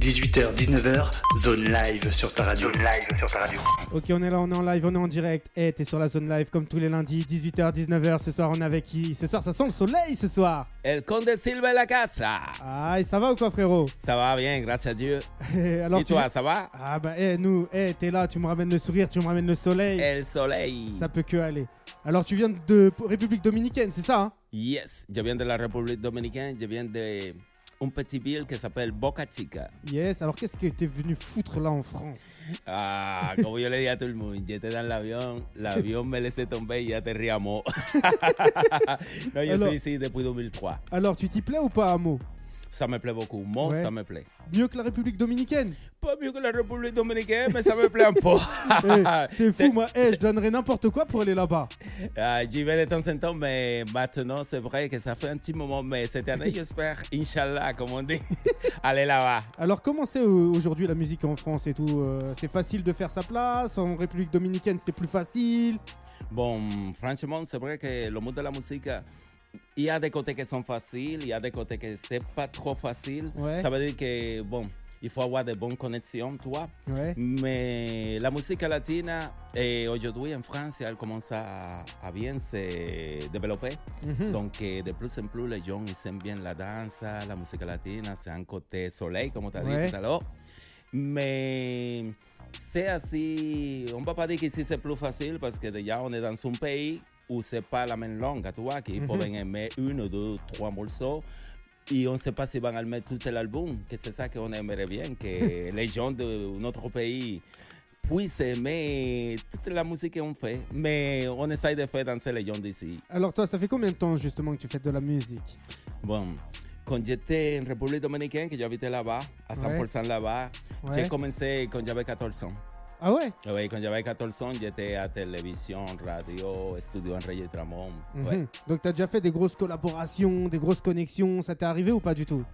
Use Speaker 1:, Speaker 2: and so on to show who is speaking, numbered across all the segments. Speaker 1: 18h, 19h, zone live sur ta radio.
Speaker 2: Zone live sur ta radio.
Speaker 3: Ok, on est là, on est en live, on est en direct. Eh, t'es sur la zone live comme tous les lundis, 18h, 19h. Ce soir, on est avec qui Ce soir, ça sent le soleil ce soir.
Speaker 4: El Conde Silva en la casa.
Speaker 3: Ah, et ça va ou quoi, frérot
Speaker 4: Ça va bien, gracias a Dieu.
Speaker 3: Eh, Alors,
Speaker 4: Et
Speaker 3: tu-
Speaker 4: toi, ça va
Speaker 3: Ah, bah, eh, nous, eh, t'es là, tu me ramènes le sourire, tu me ramènes le soleil.
Speaker 4: El soleil.
Speaker 3: Ça peut que aller. Alors, tu viens de République Dominicaine, c'est ça hein
Speaker 4: Yes, yo viens de la République Dominicaine, yo viens de un petit ville qui s'appelle Boca Chica.
Speaker 3: Yes, alors qu'est-ce que t'es venu foutre là en France
Speaker 4: Ah, como yo le dije a todo el mundo, yo te dan el avión, el avión me laissé tomber y ya te riamo. no, yo
Speaker 3: Alors-
Speaker 4: suis ici depuis 2003.
Speaker 3: Alors, tu t'y plais ou pas, Amo
Speaker 4: Ça me plaît beaucoup, moi,
Speaker 3: Ouais.
Speaker 4: ça me plaît.
Speaker 3: Mieux que la République Dominicaine
Speaker 4: Pas mieux que la République Dominicaine, mais ça me plaît un peu.
Speaker 3: Eh, T'es fou, moi, eh, je donnerais n'importe quoi pour aller là-bas.
Speaker 4: Ah, J'y vais de temps en temps, mais maintenant, c'est vrai que ça fait un petit moment. Mais cette année, j'espère, Inch'Allah, comme on dit, aller là-bas.
Speaker 3: Alors comment c'est au- aujourd'hui la musique en France et tout euh, C'est facile de faire sa place En République Dominicaine c'était plus facile
Speaker 4: Bon, franchement, c'est vrai que le monde de la musique, il y a des côtés qui sont faciles, il y a des côtés que c'est pas trop facile.
Speaker 3: Ouais.
Speaker 4: Ça veut dire que, bon, il faut avoir de bonnes connexions, toi.
Speaker 3: Ouais.
Speaker 4: Mais la musique latine, eh, aujourd'hui en France, elle commence à, à bien se développer.
Speaker 3: Mhm.
Speaker 4: Donc, eh, de plus en plus, les gens ils aiment bien la danse, la musique latine, c'est un côté soleil, comme tu as
Speaker 3: Ouais.
Speaker 4: dit tout à l'heure. Mais c'est assez. On ne peut pas dire qu'ici c'est plus facile parce que déjà, on est dans un pays où ce n'est pas la même langue, tu vois, qu'ils
Speaker 3: Mhm.
Speaker 4: peuvent aimer une, deux, trois morceaux. Et on ne sait pas s'ils vont mettre tout l'album, que c'est ça qu'on aimerait bien, que les gens de notre pays puissent aimer toute la musique qu'on fait. Mais on essaye de faire danser les gens d'ici.
Speaker 3: Alors toi ça fait combien de temps justement que tu fais de la musique
Speaker 4: Bon, quand j'étais en République Dominicaine, que j'habitais là-bas, à 100% là-bas,
Speaker 3: Ouais.
Speaker 4: j'ai commencé quand j'avais 14 ans.
Speaker 3: Ah ouais
Speaker 4: Oui, quand j'avais 14 ans, j'étais à télévision, radio, studio en Reyes Pues, Tramont. Ouais.
Speaker 3: Mhm. Donc t'as déjà fait des grosses collaborations, des grosses connexions, ça t'est arrivé ou pas du tout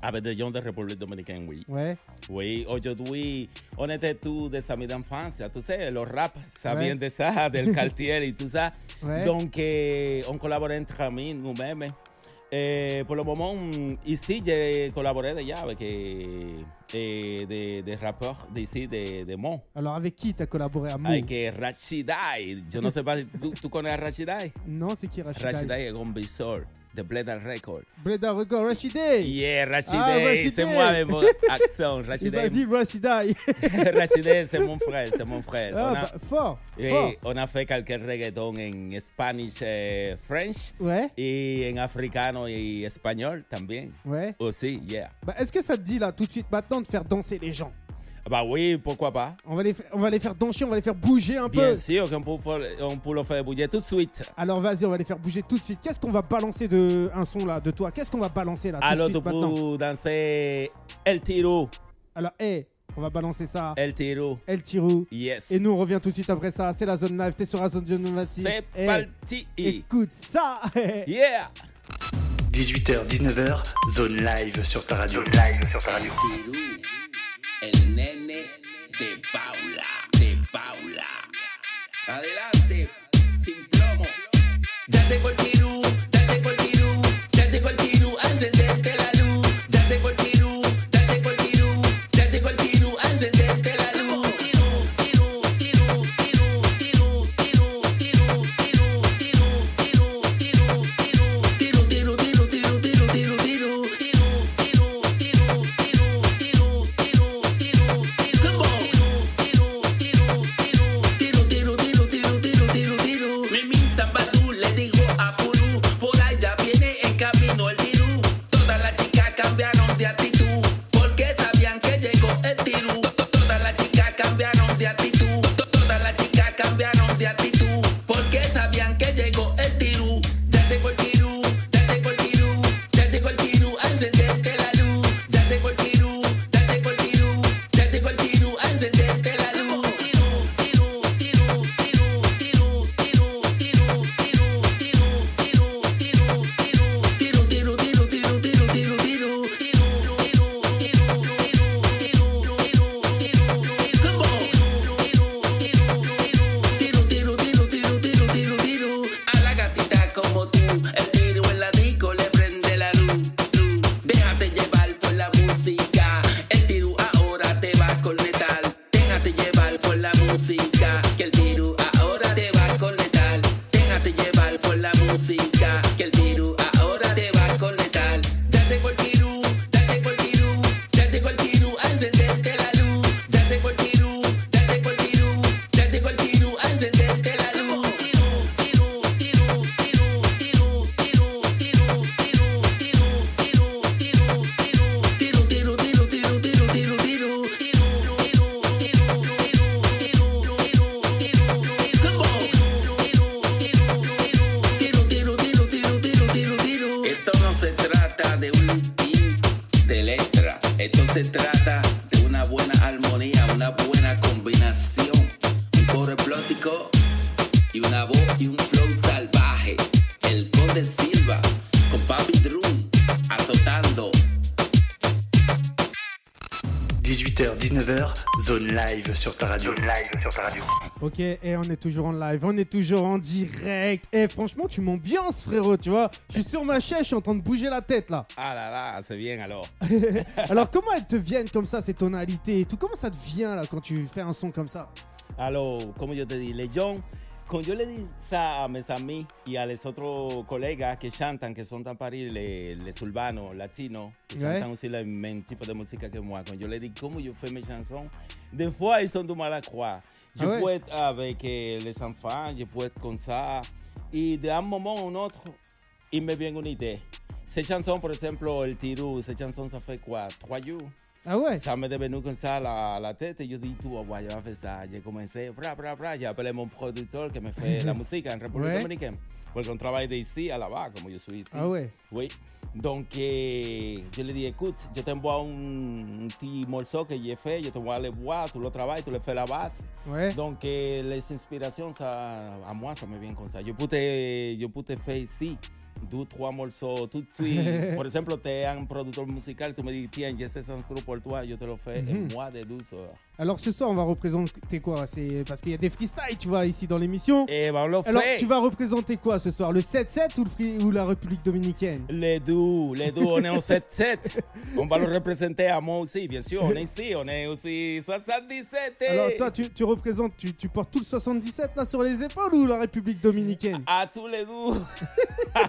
Speaker 4: Avec des gens de République Dominicaine, oui.
Speaker 3: Ouais.
Speaker 4: Oui, aujourd'hui, on était tous des amis d'enfance. Tu sais, le rap, ça
Speaker 3: Ouais.
Speaker 4: vient de ça, del quartier et tout ça.
Speaker 3: Ouais.
Speaker 4: Donc, euh, on collabore entre amis, nous-mêmes. Et pour le moment, ici, j'ai collaboré déjà avec euh, euh, des, des rappeurs d'ici, de, de Mont,
Speaker 3: Alors avec qui t'as collaboré à Mo
Speaker 4: avec euh, Rachidai. Je ne sais pas si tu, tu connais Rachidai.
Speaker 3: Non c'est qui Rachida
Speaker 4: Rachidai est un bizarre de Bled Record.
Speaker 3: Breda Record Rachidai
Speaker 4: Yeah,
Speaker 3: Ah,
Speaker 4: Rachidai,
Speaker 3: Rachidai.
Speaker 4: c'est moi avec mon accent.
Speaker 3: Il m'a
Speaker 4: Rachidai,
Speaker 3: dit Rachidai
Speaker 4: Rachidai, c'est mon frère, c'est mon frère.
Speaker 3: ah,
Speaker 4: On a-
Speaker 3: bah, Fort
Speaker 4: Eh,
Speaker 3: fort.
Speaker 4: on a fait quelques reggaetons en Spanish, eh, French
Speaker 3: Ouais
Speaker 4: y en africano y espagnol también.
Speaker 3: Ouais
Speaker 4: Aussi, yeah.
Speaker 3: Bah, Est-ce que ça te dit là tout de suite maintenant de faire danser les gens
Speaker 4: Bah oui, pourquoi pas.
Speaker 3: on va, les fa- on va les faire danser, on va les faire bouger un peu
Speaker 4: Bien sûr qu'on peut, faire- on peut le faire bouger tout de suite.
Speaker 3: Alors vas-y, on va les faire bouger tout de suite. Qu'est-ce qu'on va balancer de un son là, de toi Qu'est-ce qu'on va balancer là tout
Speaker 4: Alors
Speaker 3: de
Speaker 4: tu
Speaker 3: suite maintenant
Speaker 4: peux danser El Tiro,
Speaker 3: Alors, hé, on va balancer ça.
Speaker 4: El Tiro,
Speaker 3: El Tirou.
Speaker 4: yes.
Speaker 3: Et nous, on revient tout de suite après ça. C'est la zone live. T'es sur la zone de 26.
Speaker 4: C'est
Speaker 3: Eh,
Speaker 4: parti.
Speaker 3: écoute ça.
Speaker 4: Yeah.
Speaker 1: 18h, 19h, zone live sur ta radio.
Speaker 2: Zone live sur ta radio.
Speaker 4: El nene de Paula, de Paula. Adelante, sin plomo.
Speaker 5: Ya llegó el tirú, ya llegó el tirú, ya llegó el tirú a encenderte la luz. Ya llegó el tirú, ya llegó el tirú, ya llegó el tirú a encenderte la luz. Tirú, tirú, tirú, tirú, tirú, tirú, tirú, tirú, tirú, tirú, tirú, tirú, tirú, tirú, tirú, tirú, tirú, tirú, tirú, tirú, tirú, tirú, tirú, tirú, tirú, tirú. Come on. Tirú, tirú, Esto se trata de una buena armonía, una buena combinación. Un coro explótico y una voz y un flow salvaje. El Conde Silva con Papi Drum azotando.
Speaker 1: 18h, 19h, zone live sur ta radio.
Speaker 2: Zone live sur ta radio.
Speaker 3: Ok, et on est toujours en live, on est toujours en direct. Et franchement, tu m'ambiances, frérot, tu vois. Je suis sur ma chaise, je suis en train de bouger la tête là.
Speaker 4: Ah là là, c'est bien alors.
Speaker 3: Alors, comment elles te viennent comme ça, ces tonalités et tout Comment ça te vient là quand tu fais un son comme ça
Speaker 4: Alors, como yo te di, Leyón, cuando yo le di sa- a mis amigos y a los otros colegas que chantan, que son tan parís, le- les urbanos, latinos, que
Speaker 3: Ouais.
Speaker 4: chantan aussi el mismo tipo de música que moi, cuando yo le di cómo yo fais mes chansons, des fois ils sont de Malacroix. Je
Speaker 3: Ah ouais.
Speaker 4: peux être avec euh, les enfants, je peux être comme ça. Y de un moment a un otro, il me vient une idée. Cette chanson, por ejemplo, El Tirú, cette chanson, ça fait quoi? Trois jours?
Speaker 3: Ah ouais
Speaker 4: Ça m'est devenu comme ça la, la tête et je dis tout, oh, ouais, je vais faire ça. J'ai commencé, bra, bra, bra. J'ai appelé mon producteur qui me fait la musique en République
Speaker 3: Ouais.
Speaker 4: Dominicaine. Parce qu'on travaille d'ici à là-bas, comme je suis ici.
Speaker 3: Ah ouais
Speaker 4: Oui. Donc, euh, je lui dis, écoute, je t'envoie un, un petit morceau que j'ai fait, je t'envoie les voix, tu le travailles, tu le fais la base.
Speaker 3: Ouais.
Speaker 4: Donc, euh, les inspirations, ça, à moi, ça me vient comme ça. Je peux, te- je peux te faire ici deux, trois morceaux tout de suite. Par exemple, tu es un producteur musical, tu me dis, tiens, j'ai ce sens pour toi, je te le fais en moins de 12 heures.
Speaker 3: Alors, ce soir, on va représenter quoi C'est parce qu'il y a des freestyles, tu vois, ici dans l'émission.
Speaker 4: Et ben, on le
Speaker 3: Alors,
Speaker 4: fait.
Speaker 3: tu vas représenter quoi ce soir Le 7-7 ou, le free- ou la République Dominicaine
Speaker 4: Les deux, les deux, on est en 7-7. on va le représenter à moi aussi, bien sûr. On est ici, on est aussi 77. eh.
Speaker 3: Alors, toi, tu, tu représentes, tu, tu portes tout le 77 là sur les épaules ou la République Dominicaine
Speaker 4: A tú le du.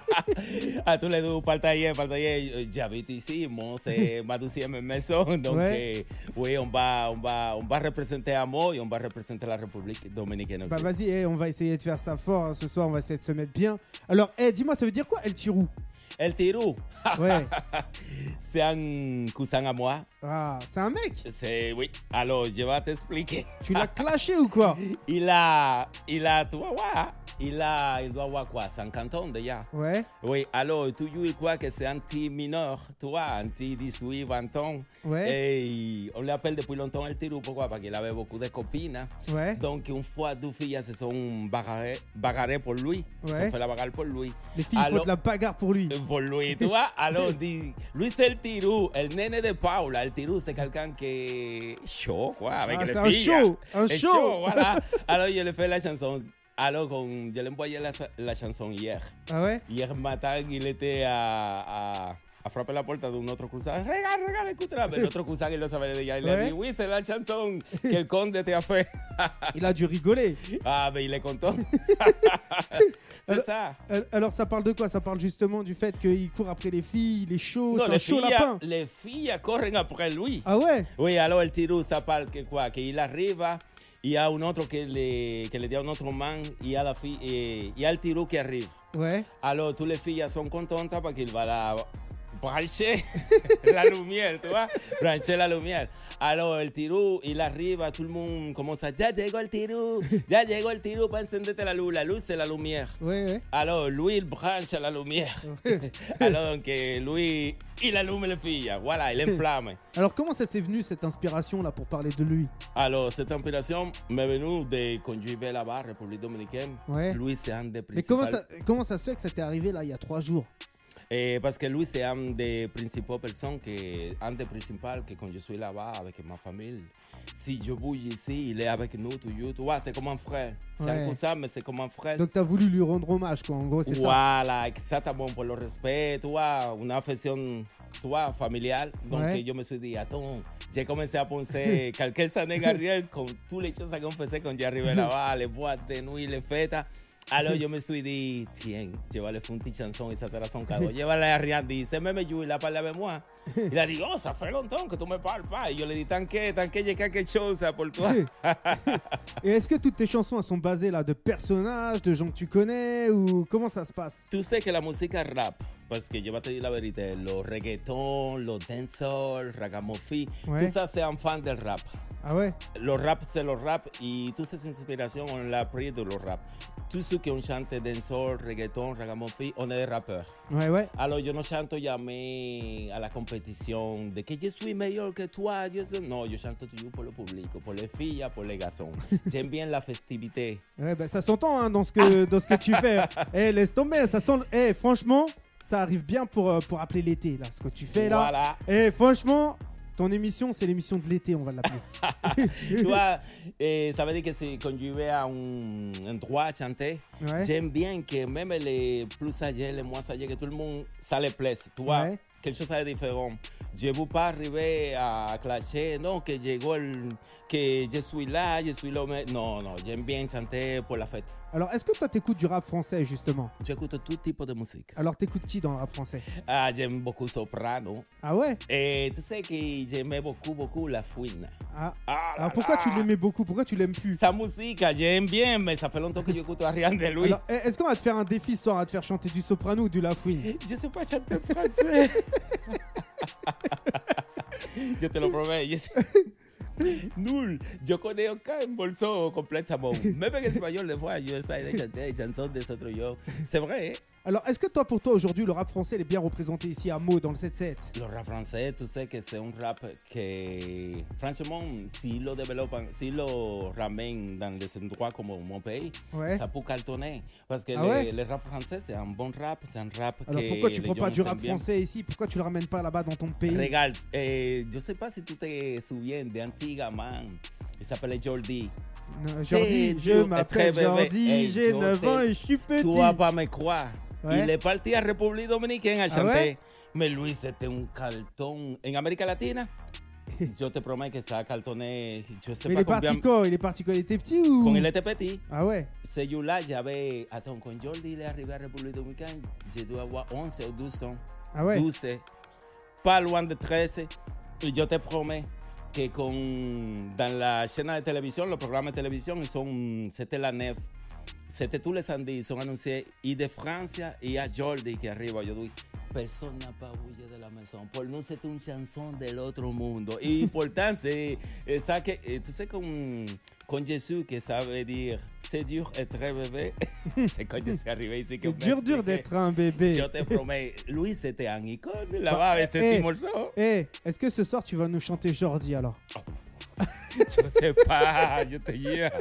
Speaker 4: a tú le du, falta ayer, falta ayer. Ya viste, hicimos, eh, más de 100 mesón.
Speaker 3: Ouais.
Speaker 4: Donde, güey, on va, on va, on va representar a Mo y on va representar la República Dominicana.
Speaker 3: Bah vas-y, eh, on va essayer de faire ça fort hein, ce soir, on va essayer de se mettre bien. Alors, eh, dis-moi, ça veut dire quoi El Tirou
Speaker 4: El Tirú,
Speaker 3: Ouais.
Speaker 4: sean cousin a moi.
Speaker 3: Ah, c'est un mec
Speaker 4: C'est, oui. Alors, je vais t'expliquer.
Speaker 3: Tu l'as clashé ou quoi
Speaker 4: Il a, il a, tu vas voir, il a, il doit avoir quoi, 50 ans déjà.
Speaker 3: Ouais,
Speaker 4: Oui, alors, tu il crois que c'est un petit mineur, tu vois, un petit 18, 20 ans.
Speaker 3: Ouais.
Speaker 4: Et on l'appelle depuis longtemps el tirou, pourquoi Parce qu'il avait beaucoup de copines.
Speaker 3: ouais.
Speaker 4: Donc, une fois, deux filles se sont bagarrées bagarrées pour lui. Ils
Speaker 3: Ouais.
Speaker 4: ont fait la bagarre pour lui.
Speaker 3: Les filles, il faut de la bagarre pour lui.
Speaker 4: Por Luis, tú vas a los di- Luis el Tirú, el nene de Paula, el Tirú se calcan que show, guau, a ver
Speaker 3: Ah,
Speaker 4: que le
Speaker 3: c'est un
Speaker 4: pilla.
Speaker 3: show, un
Speaker 4: El
Speaker 3: show.
Speaker 4: voilà. Alors yo le fais la chanson, alors con yo le envoyé la, la chanson hier.
Speaker 3: Ah ouais
Speaker 4: Hier matin, il était à, à, à frapper la puerta de un otro cruzado. Regal, regal, escúchala. El otro cruzado, il le savait déjà. Il
Speaker 3: Ouais.
Speaker 4: a dit, oui, c'est la chanson que el conde te a fait.
Speaker 3: Il a dû rigoler.
Speaker 4: ah, mais il le contó. c'est ça.
Speaker 3: Euh, Alors, ça parle de quoi Ça parle justement du fait qu'il court après les filles, il est chaud,
Speaker 4: No,
Speaker 3: c'est un
Speaker 4: les
Speaker 3: chaud
Speaker 4: filles,
Speaker 3: lapin.
Speaker 4: les filles corren après lui.
Speaker 3: Ah ouais
Speaker 4: Oui, alors el tirou, ça parle que quoi Qu'il arrive, il y a un autre qui le, que le dit à un autre man, il y a, la fille, et, il y a le tirou qui arrive.
Speaker 3: Ouais.
Speaker 4: Alors toutes les filles sont contentes parce qu'il va la brancher la lumière, tu vois Brancher la lumière. Alors el tirou, il arrive, tout le monde commence à « Ya llegó el tirou, ya llegó el tirou, para encenderte la luz, la luz c'est la lumière ».
Speaker 3: Ouais, ouais.
Speaker 4: Alors, lui, il branche la lumière. Alors, donc, euh, lui, il allume les filles. Voilà, il enflamme.
Speaker 3: Alors, comment ça t'est venu cette inspiration là pour parler de lui
Speaker 4: Alors, cette inspiration m'est venue de quand je vivais là-bas, République Dominicaine.
Speaker 3: Ouais.
Speaker 4: Lui, c'est un des principaux.
Speaker 3: Mais comment ça, comment ça se fait que ça t'est arrivé là il y a trois jours
Speaker 4: Eh, parce que lui, c'est un des principaux personnes, que, un des principaux que quand je suis là-bas avec ma famille, si je bouge ici, il est avec nous, toujours. Tu vois, c'est comme un frère. C'est
Speaker 3: Ouais.
Speaker 4: un cousin, mais c'est comme un frère.
Speaker 3: Donc, t'as voulu lui rendre hommage quoi, en gros, c'est ça
Speaker 4: Voilà, exactement, por lo respeto, wow, ah, una afección wow, familiar, donde
Speaker 3: Ouais.
Speaker 4: yo me soy dit, attends, ya comencé a poner cualquier sané Gabriel con tú le echas a confesé con Jerry Rivera, vale, boas de nuit, le feta. Alors, yo me suis dit, tiens, llévale Funti Chanson y Sacera Son Cago, llévale a Riandi, se me me y la parla de moi. Y la digo, oh, ça fait longtemps que tú me parles pas. Y yo le di, tanque, tanque, llegué quelque chose pour toi.
Speaker 3: Et est-ce que toutes tes chansons elles sont basées là de personnages, de gens que tu connais ou comment ça se passe
Speaker 4: Tú sé que la música rap, pues que yo voy a te decir la verdad, los reggaetón, los dancehall, ragamuffin,
Speaker 3: Ouais.
Speaker 4: tú sabes sean fan del rap.
Speaker 3: Ah ouais
Speaker 4: Los rap se los rap y tú sabes inspiración en la pri de los rap. tous ceux qui ont chanté dancehall, reggaeton, ragamuffin, on est des rappeurs.
Speaker 3: Ouais, ouais.
Speaker 4: Alors yo no chanto llamé a la competición de que yo soy mejor que tú. ah, Yo soy... No, yo chanto tuyo por lo público, por la filla, por la gazón. J'aime bien la festivité.
Speaker 3: Ouais, bah, ça s'entend hein, dans, ce que, dans ce que tu fais. Eh, laisse tomber, ça sent. Eh, franchement, ça arrive bien pour, euh, pour appeler l'été, là, ce que tu fais là.
Speaker 4: Voilà.
Speaker 3: Eh, franchement, ton émission, c'est l'émission de l'été, on va l'appeler.
Speaker 4: Tú vas, eh, sabes de que se conjugue a un, un droit à chanter.
Speaker 3: Ouais.
Speaker 4: J'aime bien que même les plus âgés, les moins âgés, que tout le monde, ça les plaise. Tu vois,
Speaker 3: Ouais.
Speaker 4: quelque chose de différent. Je ne veux pas arriver à clasher, non, que llegó el- que je suis là, je suis là. mais- Non, non, j'aime bien chanter pour la fête.
Speaker 3: Alors, est-ce que toi, t'écoutes du rap français, justement
Speaker 4: J'écoute tout type de musique.
Speaker 3: Alors, t'écoutes qui dans le rap français
Speaker 4: Ah, j'aime beaucoup soprano.
Speaker 3: Ah ouais
Speaker 4: Et tu sais que j'aimais beaucoup, beaucoup la fouine.
Speaker 3: Ah.
Speaker 4: Ah, là,
Speaker 3: Alors, pourquoi
Speaker 4: là.
Speaker 3: tu l'aimais beaucoup Pourquoi tu l'aimes plus
Speaker 4: Sa musique, j'aime bien, mais ça fait longtemps que j'écoute rien de lui.
Speaker 3: Alors, eh, est-ce qu'on va te faire un défi, histoire à te faire chanter du soprano ou du lafouine
Speaker 4: Je sais pas chanter français. yo te lo probé. Yo sé- Nul. Yo conozco en bolso complètement. Même en espagnol, des fois, yo essaye de chanter des chansons des autres. Yo. eh. C'est vrai, hein?
Speaker 3: Alors, est-ce que toi, pour toi, aujourd'hui, le rap français, il est bien représenté ici à Meaux, dans le 7-7
Speaker 4: Le rap français, tu sais que c'est un rap que, franchement, si lo développent, si lo ramènent dans des endroits comme mon pays,
Speaker 3: Ouais.
Speaker 4: ça peut cartonner. Parce Pues que
Speaker 3: Ah
Speaker 4: le,
Speaker 3: ouais?
Speaker 4: le rap français, c'est un bon rap, c'est un rap
Speaker 3: Alors,
Speaker 4: que
Speaker 3: pourquoi tu
Speaker 4: les
Speaker 3: prends
Speaker 4: gens
Speaker 3: pas du rap
Speaker 4: aiment bien.
Speaker 3: français ici Pourquoi tu le ramènes pas là-bas dans ton pays
Speaker 4: Regal, eh, yo sé pas si tú te souviens de Antigua, man. Il s'appelait Jordi. eh,
Speaker 3: Euh,
Speaker 4: C'est
Speaker 3: Jordi, je
Speaker 4: dur,
Speaker 3: m'appelle
Speaker 4: très bébé.
Speaker 3: Jordi,
Speaker 4: Hey,
Speaker 3: j'ai
Speaker 4: Jordi,
Speaker 3: 9 ans et je suis petit.
Speaker 4: Tú vas pas me croire.
Speaker 3: Ouais.
Speaker 4: Il est parti à République Dominicaine à
Speaker 3: Ah
Speaker 4: chanter.
Speaker 3: ouais?
Speaker 4: Mais lui, c'était este un cartón. En América Latina, yo te promets que ça a cartonné. Je sais
Speaker 3: Mais il
Speaker 4: pas
Speaker 3: est parti
Speaker 4: combien.
Speaker 3: quand Il est parti quand il était petit ou
Speaker 4: Quand il était petit,
Speaker 3: Ah ouais
Speaker 4: celui-là, j'avais. Attends, quand Jordi il est arrivé à République Dominicaine, j'ai dû avoir 11 ou 12 ans.
Speaker 3: Ah ouais
Speaker 4: 12, pas loin de 13. Y yo te promets que con, dans la chaîne de télévision, le programme de télévision, ils sont- c'était la nef. C'était tous les samedis, ils sont annoncés. Et de France, il y a Jordi qui arrive. Je dis, personne n'a pas oublié de la maison. Pour nous, c'est une chanson de l'autre monde. Et pourtant, c'est et ça que, eh, et tu sais, comme, quand Jésus, que ça veut dire, c'est dur et très bébé. c'est quand je suis arrivé ici
Speaker 3: C'est
Speaker 4: que on m'a
Speaker 3: dur, dur
Speaker 4: expliqué.
Speaker 3: d'être un bébé.
Speaker 4: Yo te prometo, Luis c'était un icône là-bas avec ce
Speaker 3: eh.
Speaker 4: petit morceau.
Speaker 3: Eh, est-ce que ce soir tu vas nous chanter Jordi alors
Speaker 4: Je sais pas, yo te jure.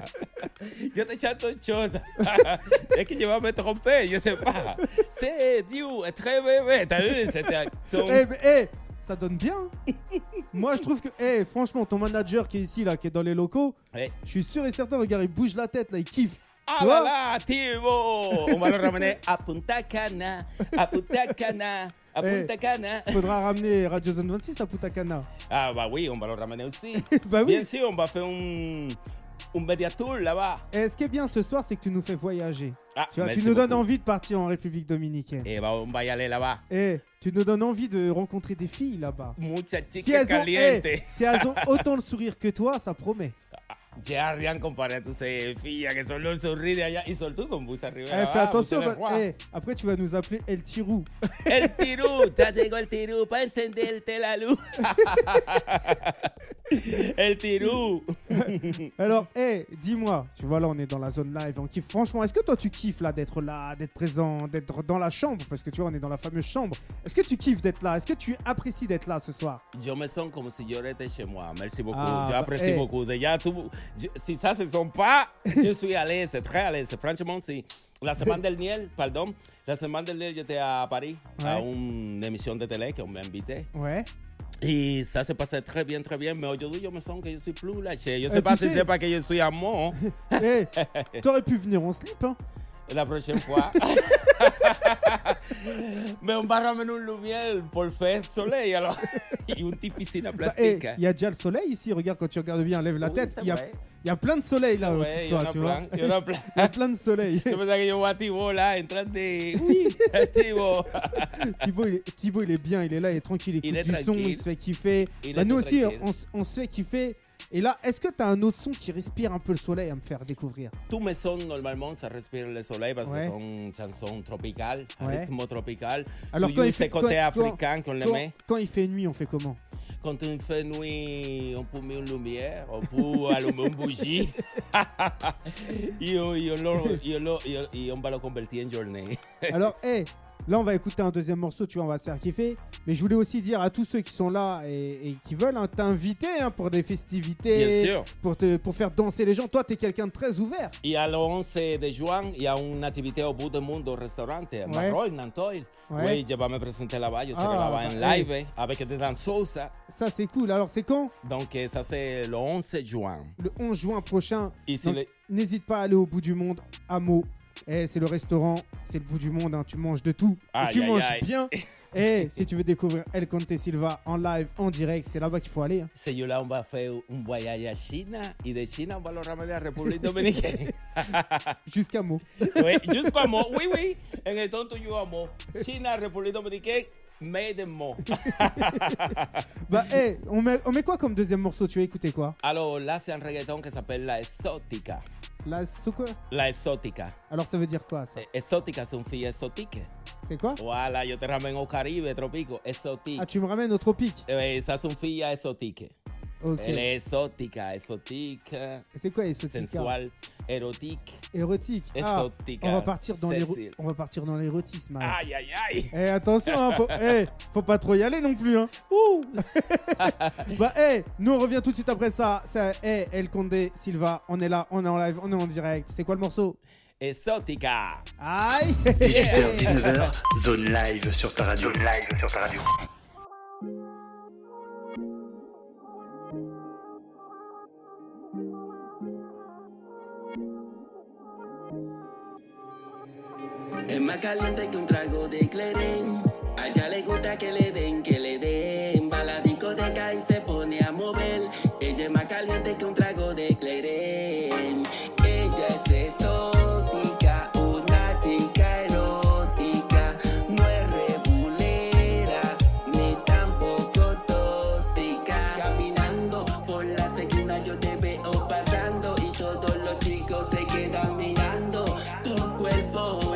Speaker 4: Yo te chante une chose. Es que je vais me tromper, je sais pas. C'est Dieu, très bébé. T'as vu, c'était son...
Speaker 3: Eh, mais, eh, ça donne bien. hein. Moi je trouve que, eh, franchement, ton manager qui est ici là, qui est dans les locaux,
Speaker 4: Eh.
Speaker 3: je suis sûr et certain, regarde, il bouge la tête là, il kiffe.
Speaker 4: Ah
Speaker 3: Tu
Speaker 4: là
Speaker 3: vois
Speaker 4: là, Thibaut On va le ramener à Punta Cana, à Punta Cana, à
Speaker 3: Eh.
Speaker 4: Punta Cana.
Speaker 3: Faudra ramener Radio Zone 26 à Putacana.
Speaker 4: Ah bah oui, on va le ramener aussi.
Speaker 3: Bah oui.
Speaker 4: Bien sûr, on va faire un, un media tour là-bas.
Speaker 3: Et Eh, ce qui est bien ce soir, c'est que tu nous fais voyager.
Speaker 4: Ah,
Speaker 3: Tu, vois, tu
Speaker 4: merci
Speaker 3: nous donnes
Speaker 4: beaucoup.
Speaker 3: envie de partir en République Dominicaine.
Speaker 4: Eh bah, on va y aller là-bas.
Speaker 3: Eh, tu nous donnes envie de rencontrer des filles là-bas.
Speaker 4: Muchas
Speaker 3: Si
Speaker 4: chicas
Speaker 3: elles, ont,
Speaker 4: calientes.
Speaker 3: eh, si elles ont autant le sourire que toi, ça promet.
Speaker 4: Ya rien comparé a tus eh, fillas que son los sonríe allá y sol tú con Busa Ah,
Speaker 3: Eh,
Speaker 4: Rivera.
Speaker 3: fais
Speaker 4: va,
Speaker 3: attention,
Speaker 4: Busa
Speaker 3: va-
Speaker 4: Rivera.
Speaker 3: eh, après tu vas nous appeler El Tirou.
Speaker 4: El tirú, ya llegó el tirú para encenderte la luz. el tirú.
Speaker 3: Alors, eh, dis-moi, tu vois là, on est dans la zone live, on kiffe. Franchement, est-ce que toi tu kiffes là d'être là, d'être présent, d'être dans la chambre Parce que tu vois, on est dans la fameuse chambre. Est-ce que tu kiffes d'être là Est-ce que tu apprécies d'être là ce soir
Speaker 4: Yo me son como si yo rete chez moi. Merci beaucoup.
Speaker 3: Ah,
Speaker 4: yo
Speaker 3: bah,
Speaker 4: aprecio
Speaker 3: eh.
Speaker 4: beaucoup. De ya tú, yo- si ça se son pas, yo soy este, à l'aise, très à l'aise. Franchement, si la semana del miel, perdón, la semana del miel yo te a París a
Speaker 3: Ouais.
Speaker 4: una emisión de télé que me invité.
Speaker 3: Ouais.
Speaker 4: Y ça se pasa très bien, très bien. Mais aujourd'hui, yo me sens que yo soy plus lâché. Yo
Speaker 3: Eh,
Speaker 4: sais pas
Speaker 3: tu
Speaker 4: si
Speaker 3: sais-
Speaker 4: c'est pas que yo soy amor.
Speaker 3: Eh, t'aurais pu venir en slip, hein
Speaker 4: La prochaine fois. Mais on va ramener une lumière pour faire soleil. Alors, y un petit piscine
Speaker 3: Bah, eh, Il
Speaker 4: plastique.
Speaker 3: y a déjà le soleil ici, regarde quand tu regardes bien, lève la
Speaker 4: hein. Oui,
Speaker 3: tête.
Speaker 4: c'est
Speaker 3: Il y, a,
Speaker 4: vrai.
Speaker 3: il y a plein de soleil là au-dessus
Speaker 4: Ouais,
Speaker 3: de
Speaker 4: y en
Speaker 3: toi,
Speaker 4: a
Speaker 3: tu vois.
Speaker 4: plein. Y en a plein.
Speaker 3: Il y a plein de soleil.
Speaker 4: Yo pensaba que yo voy a Tibo là, en train de. Oui, Tibo.
Speaker 3: Thibaut il, est, Thibaut, il est bien, il est là, il est tranquille, il
Speaker 4: Il
Speaker 3: écoute
Speaker 4: est
Speaker 3: du son,
Speaker 4: tranquille.
Speaker 3: il se fait kiffer.
Speaker 4: Il
Speaker 3: Bah,
Speaker 4: est
Speaker 3: nous
Speaker 4: tout
Speaker 3: aussi,
Speaker 4: tranquille.
Speaker 3: on, s- on se fait kiffer. Et là, est-ce que t'as un autre son qui respire un peu le soleil à me faire découvrir
Speaker 4: Tout me son, normalement, ça respire le soleil parce
Speaker 3: Ouais.
Speaker 4: que son chanson tropicale,
Speaker 3: Ouais.
Speaker 4: rythme tropical.
Speaker 3: Alors,
Speaker 4: Tu
Speaker 3: quand
Speaker 4: y
Speaker 3: il
Speaker 4: ce
Speaker 3: fait-
Speaker 4: côté
Speaker 3: quand-
Speaker 4: africain qu'on le
Speaker 3: quand,
Speaker 4: met.
Speaker 3: quand il fait nuit, on fait comment
Speaker 4: quand il fait nuit, on peut mettre une lumière, on peut allumer une bougie. et, on, et, on le- et on le- et on- et on va le convertir en journée.
Speaker 3: Alors, hey, là, on va écouter un deuxième morceau, tu vois, on va se faire kiffer. Mais je voulais aussi dire à tous ceux qui sont là et, et qui veulent hein, t'inviter hein, pour des festivités,
Speaker 4: Bien sûr.
Speaker 3: Pour, te, pour faire danser les gens. Toi, t'es quelqu'un de très ouvert.
Speaker 4: Y a le 11 de juan y a una actividad au bout del mundo, restaurante, en
Speaker 3: Ouais.
Speaker 4: Marroy, Nantoy.
Speaker 3: Ouais.
Speaker 4: Oui, je vais me présenter là-bas, je serai
Speaker 3: Ah,
Speaker 4: là-bas en
Speaker 3: bah,
Speaker 4: live avec des danseuses.
Speaker 3: Ça, c'est cool. Alors, c'est quand
Speaker 4: Donc, eh, ça c'est le 11 juin.
Speaker 3: Le 11 juin prochain.
Speaker 4: Et c'est
Speaker 3: Donc,
Speaker 4: le-
Speaker 3: N'hésite pas à aller au bout du monde, à Meaux. Eh, c'est le restaurant, c'est le bout du monde, hein, tu manges de tout. Et
Speaker 4: Aïe,
Speaker 3: tu
Speaker 4: aïe,
Speaker 3: manges
Speaker 4: aïe.
Speaker 3: bien. Et si tu veux découvrir El Conte Silva en live, en direct, c'est là-bas qu'il faut aller. hein.
Speaker 4: C'est yo là, on va faire un voyage à Chine y de Chine, on va le ramener à la République Dominicaine.
Speaker 3: Jusqu'à Meaux.
Speaker 4: oui, jusqu'à moi. Oui, oui. En el tonto yo amo. Chine, République Dominicaine, made in moi.
Speaker 3: Bah, eh, on, met, on met quoi comme deuxième morceau Tu as écouté quoi
Speaker 4: Alors là, c'est un reggaeton qui s'appelle La Exótica.
Speaker 3: La Soco
Speaker 4: La Exótica.
Speaker 3: Alors, ça veut dire quoi ça
Speaker 4: Eh, Exótica, c'est une fille exotique.
Speaker 3: C'est quoi
Speaker 4: Voilà, yo te ramène au Caribe, tropico,
Speaker 3: Ah,
Speaker 4: exótica.
Speaker 3: tu me ramènes au tropique.
Speaker 4: Eh, esa es una filla exótica.
Speaker 3: Ok.
Speaker 4: Elle est exótica, exótica,
Speaker 3: C'est quoi exotique hein?
Speaker 4: sensual, hein. érotique.
Speaker 3: Érotique. Ah,
Speaker 4: Exotica.
Speaker 3: on va partir dans l'éro-
Speaker 4: Sexy.
Speaker 3: on va partir dans l'érotisme. alors.
Speaker 4: Ay, ay, ay.
Speaker 3: Eh, attention, hein, faut, eh, faut pas trop y aller non plus. Hein.
Speaker 4: Uh.
Speaker 3: bah, eh, nous on revient tout de suite après ça. ça eh, El Condé, Silva, on est là, on est en live, on est en direct. C'est quoi le morceau
Speaker 4: Exótica.
Speaker 3: Aïe
Speaker 1: 18h, 19h, zone live sur ta radio.
Speaker 2: Zone live sur ta radio.
Speaker 5: Es más caliente que un trago de Cleren. A ella le gusta que le den, que le den. Va a la discoteca y se pone a mover. Ella es más caliente que un trago de Cleren. Ella es exótica, una chica erótica. No es rebulera, ni tampoco tóxica. Caminando por la esquina yo te veo pasando y todos los chicos se quedan mirando. Tu cuerpo,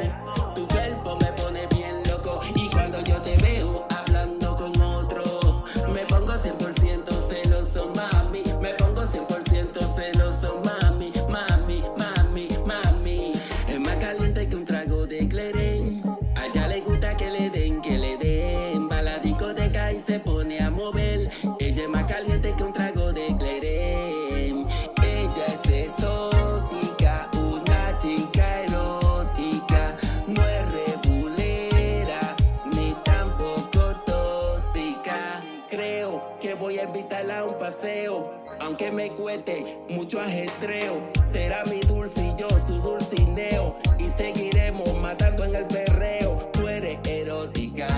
Speaker 5: tu cuerpo me pone bien loco y cuando yo te veo hablando con otro, me pongo 100% celoso, mami, me pongo 100% celoso, mami, mami, mami, mami. Es más caliente que un trago de Cleren, a ella le gusta que le den, que le den, va a la discoteca y se pone a mover, ella es más caliente que un trago de Cleren, ella es exótica, una chica erótica, no es rebulera, ni tampoco tóxica. Creo que voy a invitarla a un paseo, aunque me cueste mucho ajetreo. Será mi dulce y yo su dulcineo, y seguiremos matando en el perreo. Tú eres erótica,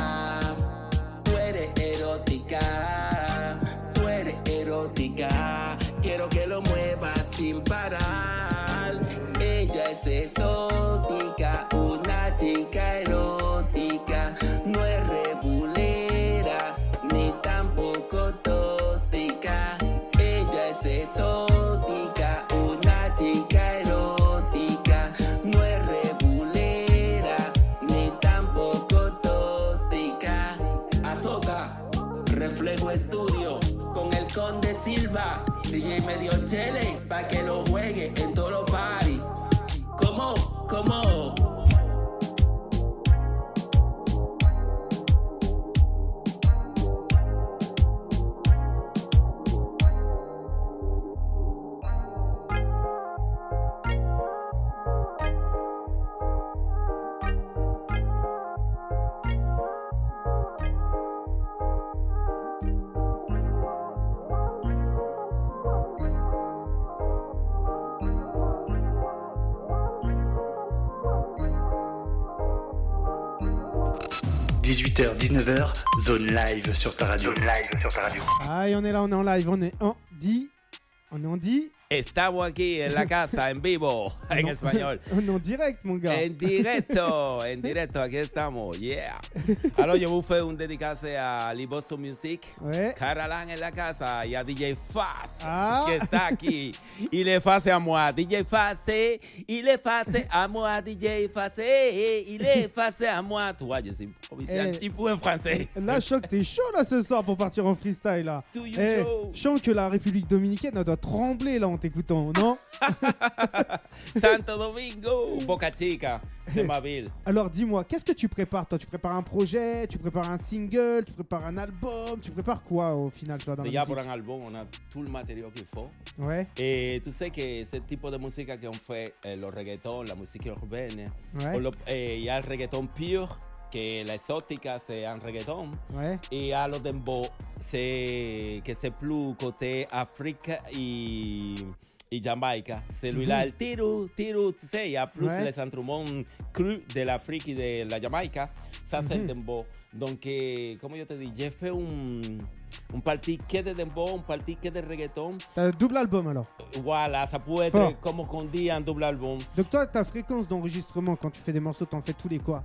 Speaker 5: tú eres erótica, tú eres erótica. Quiero que lo muevas sin parar. Ella es exótica, una chica erótica. No es rebulera, ni tampoco tóxica. Ella es exótica, una chica erótica. No es rebulera, ni tampoco tóxica. Azoka, reflejo estudio, con el conde Silva, DJ medio chele, pa' que lo juegue en todos los paris. ¿Cómo? ¿Cómo?
Speaker 1: Zone 18h, 19h, zone live sur ta radio.
Speaker 2: Zone live sur ta radio.
Speaker 3: Aïe, on est là, on est en live, on est en dit. On est en dit.
Speaker 4: Estamos aquí en la casa, en vivo, en
Speaker 3: Non-
Speaker 4: español.
Speaker 3: non direct, mon gars.
Speaker 4: En directo, en directo, aquí estamos, yeah. Alors, je vous fais un dédicace à Liboso Music,
Speaker 3: Ouais.
Speaker 4: Caralan en la casa y a DJ Fast,
Speaker 3: Ah.
Speaker 4: que está aquí. Y le face a moi, DJ Fast, y le face à moi, DJ Fast, y le face à moi. Tu vois, je suis improvisé un
Speaker 3: Eh.
Speaker 4: petit peu en français.
Speaker 3: Là, Choc, t'es chaud là ce soir pour partir en freestyle là.
Speaker 4: To you,
Speaker 3: Eh,
Speaker 4: Joe.
Speaker 3: je sens que la République Dominicaine elle doit trembler là en t'écoutant, non
Speaker 4: Santo Domingo, Boca Chica, Semaville.
Speaker 3: Alors dis-moi, qu'est-ce que tu prépares toi Tu prépares un projet Tu prépares un single Tu prépares un album Tu prépares quoi au final toi dans la
Speaker 4: Déjà pour
Speaker 3: musique
Speaker 4: un album, on a tout le matériau qu'il faut.
Speaker 3: Ouais,
Speaker 4: Eh, tú sabes que ese tipo de música que fue eh, los reggaetón, la música urbana,
Speaker 3: Ouais.
Speaker 4: o lo- eh, y al reggaetón pure, que la exótica sean reggaetón,
Speaker 3: ouais.
Speaker 4: y a los dembow, se, que se plus côté África y, y Jamaica. Celular, tiru, tiru, tú sabes, y a plus
Speaker 3: Ouais.
Speaker 4: les santrumón cru de la África y de la Jamaica, se hace el
Speaker 3: Ujú.
Speaker 4: dembow. Entonces, como yo te dije, fue un, un partique de dembow, un partique de reggaetón.
Speaker 3: T'as un double album alors.
Speaker 4: Voilà, ça pourrait être
Speaker 3: Fort.
Speaker 4: comme qu'on dit un double album.
Speaker 3: Donc toi, ta fréquence d'enregistrement quand tu fais des morceaux, t'en fais tous les quoi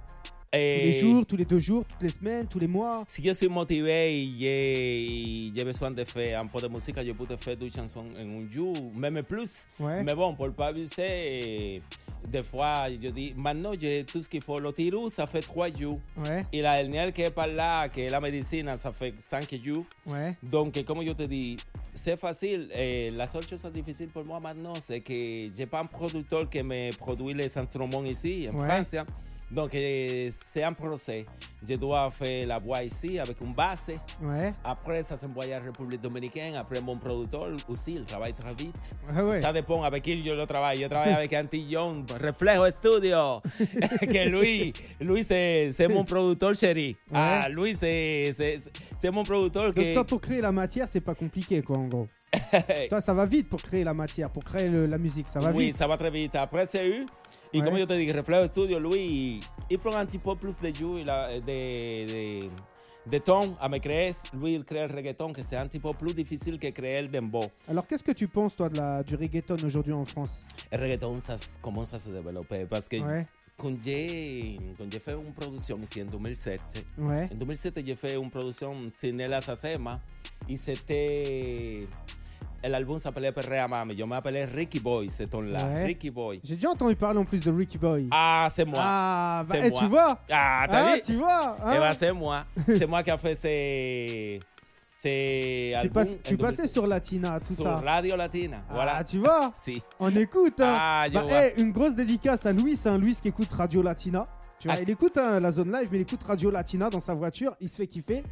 Speaker 3: Tous
Speaker 4: Et
Speaker 3: les jours, tous les deux jours, toutes les semaines, tous les mois
Speaker 4: Eh, Si yo soy motivé y j'ai- y j'ai besoin de faire un peu de musique, je peux te faire deux chansons en un jour, même plus.
Speaker 3: Ouais.
Speaker 4: Mais bon, pour pas abuser, euh, des fois, je dis, maintenant, j'ai tout ce qu'il faut. Le tirou, ça fait trois jours.
Speaker 3: Ouais,
Speaker 4: Et la dernière qui est par là, que est la médecine, ça fait cinq jours.
Speaker 3: ouais.
Speaker 4: Donc, eh, como yo te di, c'est facile. Eh, la seule chose difficile pour moi maintenant, c'est que j'ai pas un producteur qui me produit les instruments ici, en
Speaker 3: Ouais.
Speaker 4: France. Donc, eh, c'est un procès. Je dois faire la voix ici avec une base.
Speaker 3: Ouais,
Speaker 4: Après, ça s'envoie à la République dominicaine. Après, mon producteur aussi, il travaille très vite.
Speaker 3: ah ouais.
Speaker 4: Ça dépend avec qui yo lo trabajo. Yo trabajo avec Antillon, Reflejo Studio. que Luis, Luis es, es mon productor chéri. Ah, Luis es, es, es mon productor
Speaker 3: Donc
Speaker 4: que...
Speaker 3: toi, pour créer la matière, c'est pas compliqué quoi en gros. toi, ça va vite pour créer la matière, pour créer le- la musique, ça va
Speaker 4: oui,
Speaker 3: vite.
Speaker 4: ça va très vite. Après, c'est eux. Et
Speaker 3: Ouais.
Speaker 4: comme je te dis, Reflejo Studio, lui, il prend un petit peu plus de jus et la- de, de, de ton à me créer. Lui, il crée le reggaeton, que c'est un petit peu plus difficile que créer le dembow.
Speaker 3: Alors qu'est-ce que tu penses toi de la, du reggaeton aujourd'hui en France
Speaker 4: El reggaeton ça commence à se développer parce que
Speaker 3: Ouais,
Speaker 4: quand j'ai quand j'ai fait une production ici en 2007,
Speaker 3: ouais.
Speaker 4: en 2007 j'ai fait une production Cinela Sacema et c'était... L'album s'appelait Perrea Mami, je m'appelais Ricky Boy, c'est ton-là,
Speaker 3: Ouais.
Speaker 4: Ricky Boy.
Speaker 3: J'ai déjà entendu parler en plus de Ricky Boy.
Speaker 4: Ah, c'est moi.
Speaker 3: Ah, bah,
Speaker 4: c'est
Speaker 3: eh,
Speaker 4: moi.
Speaker 3: tu vois
Speaker 4: Ah, t'as
Speaker 3: Ah,
Speaker 4: vu?
Speaker 3: tu vois hein
Speaker 4: Eh ben, c'est moi. c'est moi qui a fait ces, ces
Speaker 3: Tu,
Speaker 4: albums.
Speaker 3: passes-
Speaker 4: en
Speaker 3: tu passais
Speaker 4: 2007.
Speaker 3: sur Latina, tout
Speaker 4: Sur
Speaker 3: ça.
Speaker 4: Radio Latina.
Speaker 3: Ah,
Speaker 4: voilà.
Speaker 3: tu vois
Speaker 4: Si.
Speaker 3: On écoute. Hein.
Speaker 4: Ah, je
Speaker 3: Bah,
Speaker 4: vois.
Speaker 3: eh, une grosse dédicace à Louis, hein, Louis qui écoute Radio Latina. Tu vois,
Speaker 4: Ah.
Speaker 3: il écoute hein, la zone live, mais il écoute Radio Latina dans sa voiture, il se fait kiffer.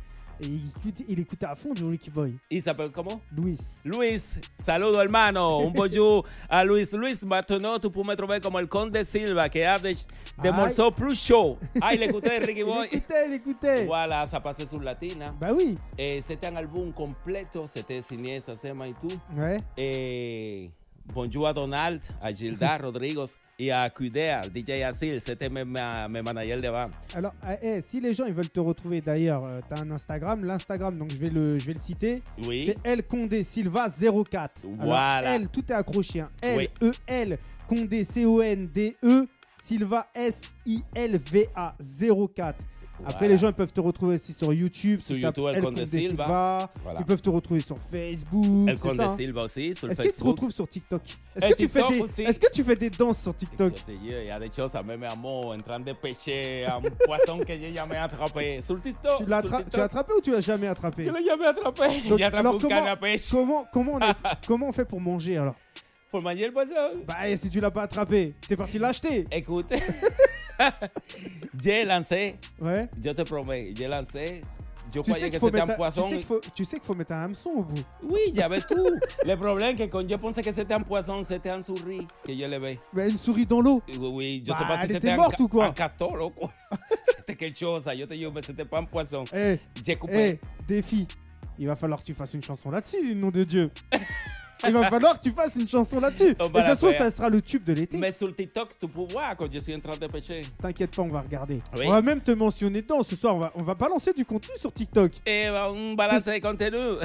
Speaker 3: Et il écoute, il écoute à fond du Ricky Boy.
Speaker 4: Il s'appelle comment?
Speaker 3: Louis.
Speaker 4: Luis, saludo hermano, un bonjour a Luis. Luis, maintenant tu peux me trouver comme el Conde Silva, que a de, de
Speaker 3: Ay.
Speaker 4: morceau plus chaud. Ay, le gusté Ricky
Speaker 3: Il
Speaker 4: Boy.
Speaker 3: écoutait, il écoutait.
Speaker 4: voilà, ça passait sur Latina.
Speaker 3: Bah oui.
Speaker 4: Eh, c'était un album completo, c'était signé Sacema y tú.
Speaker 3: Ouais.
Speaker 4: Eh, bonjour a Donald, a Gilda Rodríguez y a Cudea, DJ Asil, Este c'était mes ma- mes managers de band.
Speaker 3: Alors, ah, eh, si les gens ils veulent te retrouver, d'ailleurs, euh, t'as un Instagram. L'Instagram, donc je vais le, je vais le citer.
Speaker 4: Oui,
Speaker 3: C'est El Condé Silva 04. Alors,
Speaker 4: Voilà.
Speaker 3: L, tout est accroché. hein. L,
Speaker 4: Oui.
Speaker 3: E, L, Condé, C-O-N-D-E, E, Silva S-I-L-V-A 04. Après,
Speaker 4: Voilà.
Speaker 3: les gens ils peuvent te retrouver aussi sur YouTube.
Speaker 4: Sur
Speaker 3: Tu tapes
Speaker 4: YouTube, El Conde Silva. Voilà.
Speaker 3: Ils peuvent te retrouver sur Facebook.
Speaker 4: el
Speaker 3: c'est
Speaker 4: Conde
Speaker 3: ça, hein.
Speaker 4: Silva aussi sur
Speaker 3: Est-ce qu'ils te
Speaker 4: Facebook.
Speaker 3: retrouvent sur TikTok
Speaker 4: Eh,
Speaker 3: Est-ce que, tu fais
Speaker 4: TikTok
Speaker 3: des...
Speaker 4: aussi.
Speaker 3: Est-ce que tu fais des danses sur TikTok
Speaker 4: Yo te digo, ya de hecho, a mí me amó en tran de peche a un poisson que yo ya me atrapé. Sur TikTok.
Speaker 3: Tu l'as
Speaker 4: sur
Speaker 3: attra-
Speaker 4: TikTok.
Speaker 3: tu l'as attrapé ou tu l'as jamais attrapé
Speaker 4: Yo lo llamé atrapé.
Speaker 3: Donc,
Speaker 4: ya atrapé
Speaker 3: alors
Speaker 4: un
Speaker 3: comment,
Speaker 4: canapé.
Speaker 3: comment, comment, on est- comment on fait pour manger alors
Speaker 4: Por mañana pasado.
Speaker 3: Bah, eh, si tu l'as pas attrapé, t'es parti l'acheter.
Speaker 4: Escute. Yo lancé,
Speaker 3: Ouais.
Speaker 4: yo te prometo, yo lancé. Yo
Speaker 3: Tu sais
Speaker 4: fallé
Speaker 3: qu'il
Speaker 4: que
Speaker 3: faut,
Speaker 4: c'était un
Speaker 3: mettre un- tu
Speaker 4: poisson.
Speaker 3: sais qu'il faut- tu sais qu'il faut mettre un hameçon au bout.
Speaker 4: Oui, ya ves tú. Le problema es que cuando yo pensé que c'était un poisson, c'était un souris que yo le ve.
Speaker 3: Mais une souris dans l'eau.
Speaker 4: Oui, oui, yo
Speaker 3: Bah,
Speaker 4: sais pas
Speaker 3: elle
Speaker 4: si
Speaker 3: était
Speaker 4: c'était un,
Speaker 3: morte
Speaker 4: ca-
Speaker 3: ou quoi?
Speaker 4: un castor, loco. c'était quelque chose. Yo te digo, mais c'était pas un poisson.
Speaker 3: Eh,
Speaker 4: J'ai coupé.
Speaker 3: eh, défi. Il va falloir que tu fasses une chanson là-dessus, nom de Dieu. Il va falloir que tu fasses une chanson là-dessus.
Speaker 4: On
Speaker 3: Et
Speaker 4: va
Speaker 3: ça
Speaker 4: la
Speaker 3: se trouve,
Speaker 4: faire.
Speaker 3: ça sera le tube de l'été.
Speaker 4: Mais sur TikTok, tu peux voir quand je suis en train de pêcher.
Speaker 3: T'inquiète pas, on va regarder.
Speaker 4: Oui.
Speaker 3: On va même te mentionner dedans. Ce soir, on va, on va balancer du contenu sur TikTok.
Speaker 4: Eh, un balance de contenu.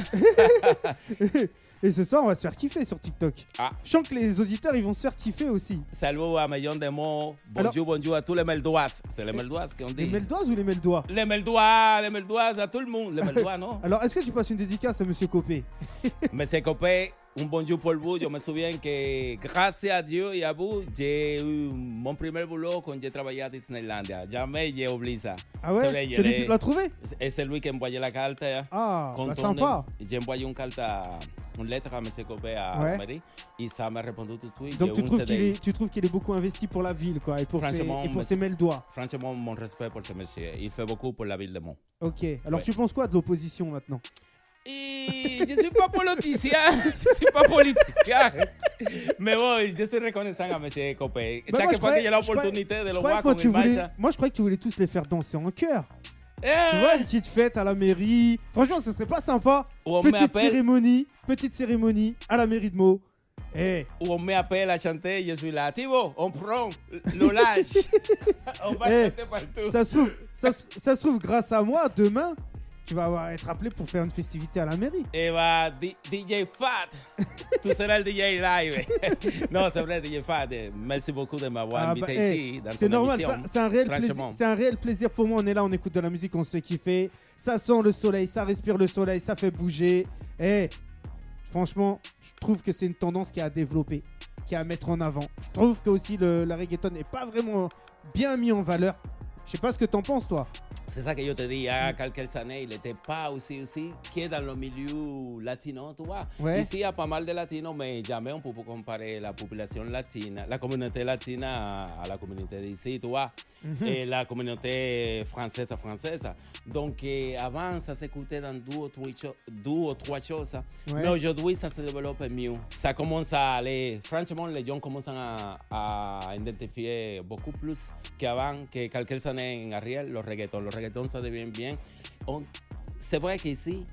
Speaker 3: Et ce soir, on va se faire kiffer sur TikTok.
Speaker 4: Ah.
Speaker 3: Je sens que les auditeurs, ils vont se faire kiffer aussi.
Speaker 4: Saludos a Millón de Mo.
Speaker 3: Alors-
Speaker 4: Bonjour, bonjour a tous les Meldoas. C'est les Meldoas qu'on
Speaker 3: Les
Speaker 4: dit.
Speaker 3: Meldois ou les Meldois
Speaker 4: Les Meldoas, les Meldoas, à tout le monde. Les Meldoas, non?
Speaker 3: Alors, est-ce que tu passes une dédicace à Monsieur Copé
Speaker 4: Me se copé un bonjour pour vous. Yo me souviens que, gracias a Dieu et à vous, j'ai eu mon premier boulot quand j'ai travaillé à Disneylandia. Jamais j'ai oublié ça.
Speaker 3: Ah ouais
Speaker 4: C'est vrai, il y
Speaker 3: Celui
Speaker 4: avait-
Speaker 3: qui te l'a trouvé
Speaker 4: Et c'est lui qui envoyait la carte. hein.
Speaker 3: Ah, bah,
Speaker 4: Quand on
Speaker 3: sympa.
Speaker 4: est- J'ai envoyé une carte, à- une lettre à M. Copé à
Speaker 3: Ouais.
Speaker 4: Marie et ça m'a répondu tout de suite.
Speaker 3: Donc
Speaker 4: J'ai
Speaker 3: tu
Speaker 4: un
Speaker 3: trouves,
Speaker 4: CD.
Speaker 3: qu'il est, tu trouves qu'il est beaucoup investi pour la ville, quoi, et pour ses,
Speaker 4: Franchement,
Speaker 3: et pour
Speaker 4: mais-
Speaker 3: ses Meldois.
Speaker 4: Franchement, mon respect pour ce monsieur. Il fait beaucoup pour la ville de Mont.
Speaker 3: Ok. Alors
Speaker 4: Ouais.
Speaker 3: tu penses quoi de l'opposition maintenant
Speaker 4: Y yo soy pas politicien, yo soy pas politicien. Me voy, yo soy reconnaissant a Messi Copé.
Speaker 3: Bah,
Speaker 4: Ya
Speaker 3: moi, je
Speaker 4: que fue que
Speaker 3: croyais-
Speaker 4: j'ai la
Speaker 3: je croyais-
Speaker 4: opportunité de
Speaker 3: je
Speaker 4: lo
Speaker 3: croyais
Speaker 4: voir
Speaker 3: que moi,
Speaker 4: con
Speaker 3: tu
Speaker 4: el
Speaker 3: voulais-
Speaker 4: marcha.
Speaker 3: moi, je croyais que tu voulais tous les faire danser en chœur. Tu
Speaker 4: Eh,
Speaker 3: vois, une petite fête à la mairie. Franchement, ce serait pas sympa.
Speaker 4: ou on me
Speaker 3: Petite
Speaker 4: appelle,
Speaker 3: cérémonie, petite cérémonie à la mairie de Meaux. Eh,
Speaker 4: ou on me appelle à chanter, yo soy là. Tibo, on prend le lâche. on va
Speaker 3: Eh,
Speaker 4: chanter partout.
Speaker 3: ça se trouve, ça, se- ça se trouve grâce à moi demain, tu vas avoir- être appelé pour faire une festivité à la mairie.
Speaker 4: Eh, va, D- DJ Fat, tú serás el DJ Live. no, c'est vrai, DJ Fat, eh, merci beaucoup de m'avoir
Speaker 3: Ah bah,
Speaker 4: invité
Speaker 3: hey,
Speaker 4: ici, dans
Speaker 3: c'est
Speaker 4: ton
Speaker 3: normal,
Speaker 4: émission.
Speaker 3: ça- c'est un, réel
Speaker 4: Franchement.
Speaker 3: plaisir- c'est un réel plaisir pour moi. On est là, on écoute de la musique, on se fait kiffer. Ça sent le soleil, ça respire le soleil, ça fait bouger. Et franchement, je trouve que c'est une tendance qui est à développer, qui est à mettre en avant. Je trouve que aussi le, la reggaeton n'est pas vraiment bien mis en valeur. Je sais pas ce que t'en penses, toi.
Speaker 4: C'est ça que yo te dis, à quelques années, il n'était pas aussi, aussi que dans le milieu latino, tu vois.
Speaker 3: Ouais.
Speaker 4: Ici, il y a pas mal de latinos, mais jamais on peut comparer la population latine, la communauté latine à, à la communauté d'ici, tu vois, et la communauté française à française. Donc, eh, avant, ça s'écoutait dans deux ou trois, cho- deux ou trois choses,
Speaker 3: Ouais.
Speaker 4: mais aujourd'hui, ça se développe mieux. Ça commence à aller, franchement, les gens commencent à, à identifier beaucoup plus qu'avant, que quelques années en arrière, los reggaetons. Los reggaetons, ça devient bien. On- C'est vrai qu'ici,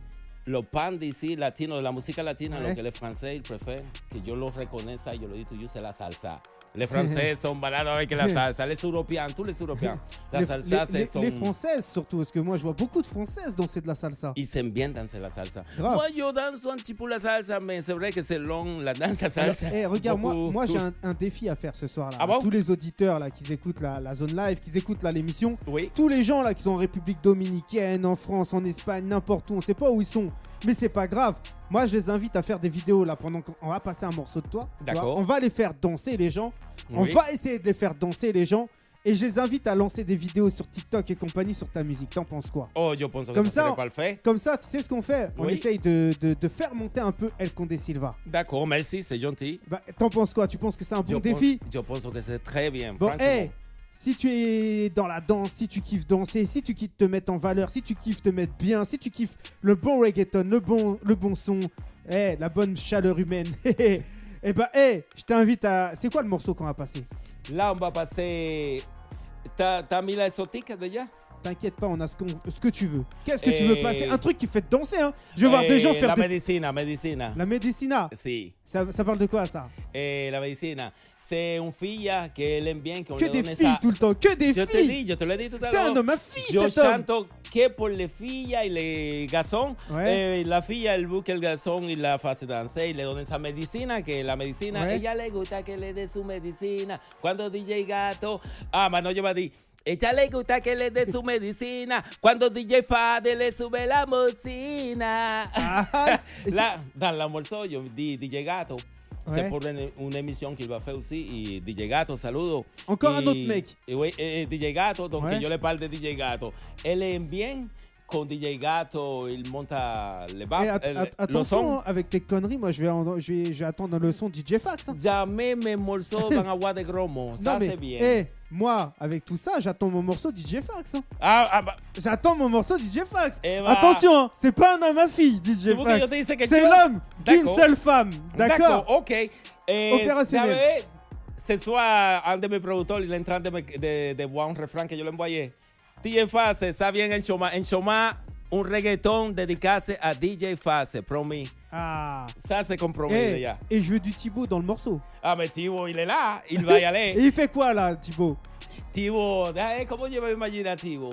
Speaker 4: los pan d'ici, latino, de la música latina,
Speaker 3: Ouais.
Speaker 4: lo que les Français ils préfèrent, que yo lo reconnaisse, yo lo dis toujours, c'est la salsa. Les Français sont balades avec la salsa. Les Européens, tous les Européens. La
Speaker 3: les,
Speaker 4: salsa,
Speaker 3: les-
Speaker 4: c'est
Speaker 3: les-
Speaker 4: son...
Speaker 3: les françaises surtout, parce que moi je vois beaucoup de françaises danser de la salsa.
Speaker 4: Ils s'aiment bien danser la salsa.
Speaker 3: Grave.
Speaker 4: Moi, je danse un petit peu la salsa, mais c'est vrai que c'est long, la danse la salsa.
Speaker 3: Eh, regarde, moi,
Speaker 4: Beaucoup,
Speaker 3: moi
Speaker 4: tout.
Speaker 3: j'ai un, un défi à faire ce soir là.
Speaker 4: Ah bon
Speaker 3: tous les auditeurs là qui écoutent la, la zone live, qui écoutent là l'émission,
Speaker 4: Oui.
Speaker 3: tous les gens là qui sont en République dominicaine, en France, en Espagne, n'importe où, on sait pas où ils sont, mais c'est pas grave. Moi, je les invite à faire des vidéos là pendant qu'on on va passer un morceau de toi. tu vois.
Speaker 4: D'accord.
Speaker 3: On va les faire danser les gens. On
Speaker 4: Oui.
Speaker 3: va essayer de les faire danser les gens. Et je les invite à lancer des vidéos sur TikTok et compagnie sur ta musique. T'en penses quoi
Speaker 4: Oh, je pense que
Speaker 3: Comme
Speaker 4: ça,
Speaker 3: ça,
Speaker 4: serait
Speaker 3: on-
Speaker 4: parfait.
Speaker 3: Comme ça, tu sais ce qu'on fait On
Speaker 4: Oui.
Speaker 3: essaye de, de- de faire monter un peu El Condé Silva.
Speaker 4: D'accord, merci, c'est gentil.
Speaker 3: Bah, T'en penses quoi Tu penses que c'est un bon
Speaker 4: Yo
Speaker 3: défi eh,
Speaker 4: pense- yo pienso que c'est très bien,
Speaker 3: Bon,
Speaker 4: franchement.
Speaker 3: hey, si tu es dans la danse, si tu kiffes danser, si tu kiffes te mettre en valeur, si tu kiffes te mettre bien, si tu kiffes le bon reggaeton, le bon, le bon son, hey, la bonne chaleur humaine, et bah, hey, je t'invite à. C'est quoi le morceau qu'on va passer
Speaker 4: Là, on va passer... T'as t'as mis la exotique déjà
Speaker 3: T'inquiète pas, on a ce, qu'on- ce que tu veux. Qu'est-ce que tu
Speaker 4: Eh.
Speaker 3: veux passer Un truc qui fait danser, hein Je veux voir des gens
Speaker 4: Eh,
Speaker 3: faire
Speaker 4: La
Speaker 3: des-
Speaker 4: médecine, la médecine.
Speaker 3: La médecina,
Speaker 4: Si,
Speaker 3: ça, ça parle de quoi ça
Speaker 4: eh, la médecine. C'est une fille qu'elle aime bien, qu'on
Speaker 3: Que
Speaker 4: lui
Speaker 3: des
Speaker 4: donne
Speaker 3: filles
Speaker 4: ça.
Speaker 3: tout le temps, que des
Speaker 4: Yo te
Speaker 3: filles
Speaker 4: dis, je te l'ai dit tout à
Speaker 3: C'est un
Speaker 4: l'heure.
Speaker 3: homme, ma fille,
Speaker 4: Yo
Speaker 3: cet homme
Speaker 4: chanto que por les filles y les garçons.
Speaker 3: Ouais.
Speaker 4: Eh, la filla, el busca el garzón y la hace danzar y le donan esa medicina, que la medicina,
Speaker 3: Ouais.
Speaker 4: ella le gusta que le dé su medicina. Cuando DJ Gato, ah, mano, yo va a decir, Ella le gusta que le dé su medicina. Cuando DJ Fade le sube la mocina.
Speaker 3: Ah, et c'est-
Speaker 4: La, dans l'almuerzo, yo di DJ Gato.
Speaker 3: Ouais.
Speaker 4: C'est pour une, une émission qu'il va faire aussi. Et DJ Gato, saludo.
Speaker 3: Encore
Speaker 4: Et-
Speaker 3: un autre mec.
Speaker 4: et oui, eh, eh, DJ Gato, donc
Speaker 3: Ouais.
Speaker 4: yo le parle de DJ Gato. Él es bien con DJ Gato, il monta euh, le
Speaker 3: Eh,
Speaker 4: bap,
Speaker 3: att-
Speaker 4: el-
Speaker 3: att-
Speaker 4: los
Speaker 3: attention,
Speaker 4: son.
Speaker 3: hein, avec tes conneries, moi je vais, en- je vais, je vais attendre le son DJ Fax. hein.
Speaker 4: Llamé me morceau van agua de gromo. Ça,
Speaker 3: Non, mais,
Speaker 4: c'est bien.
Speaker 3: eh, moi, avec tout ça, j'attends mon morceau DJ Fax. hein.
Speaker 4: Ah, ah, bah,
Speaker 3: J'attends mon morceau DJ Fax.
Speaker 4: Eh ben.
Speaker 3: Attention, hein, c'est pas un homme à fille, DJ
Speaker 4: tu veux que yo
Speaker 3: Fax.
Speaker 4: te dise que
Speaker 3: C'est
Speaker 4: yo-
Speaker 3: l'homme d'une
Speaker 4: D'accord.
Speaker 3: seule femme. D'accord
Speaker 4: D'accord, Oh. ok. Eh,
Speaker 3: Opérationnel.
Speaker 4: dame, Ce soir, un de mes producteurs, il est en train de, me- de, de boire un refrán que yo le envoyé. DJ Fase, está bien en Choma. En Choma, un reggaetón dedicase a DJ Fase, promis.
Speaker 3: Ah.
Speaker 4: Ça, c'est compromis
Speaker 3: Eh,
Speaker 4: déjà.
Speaker 3: et je veux du Thibaut dans le morceau.
Speaker 4: Ah, mais Tibo, il est là, il va y
Speaker 3: Et
Speaker 4: aller.
Speaker 3: il fait quoi là, Thibaut
Speaker 4: eh, Tibo, déjame, ¿cómo yo me imagino a Tibo?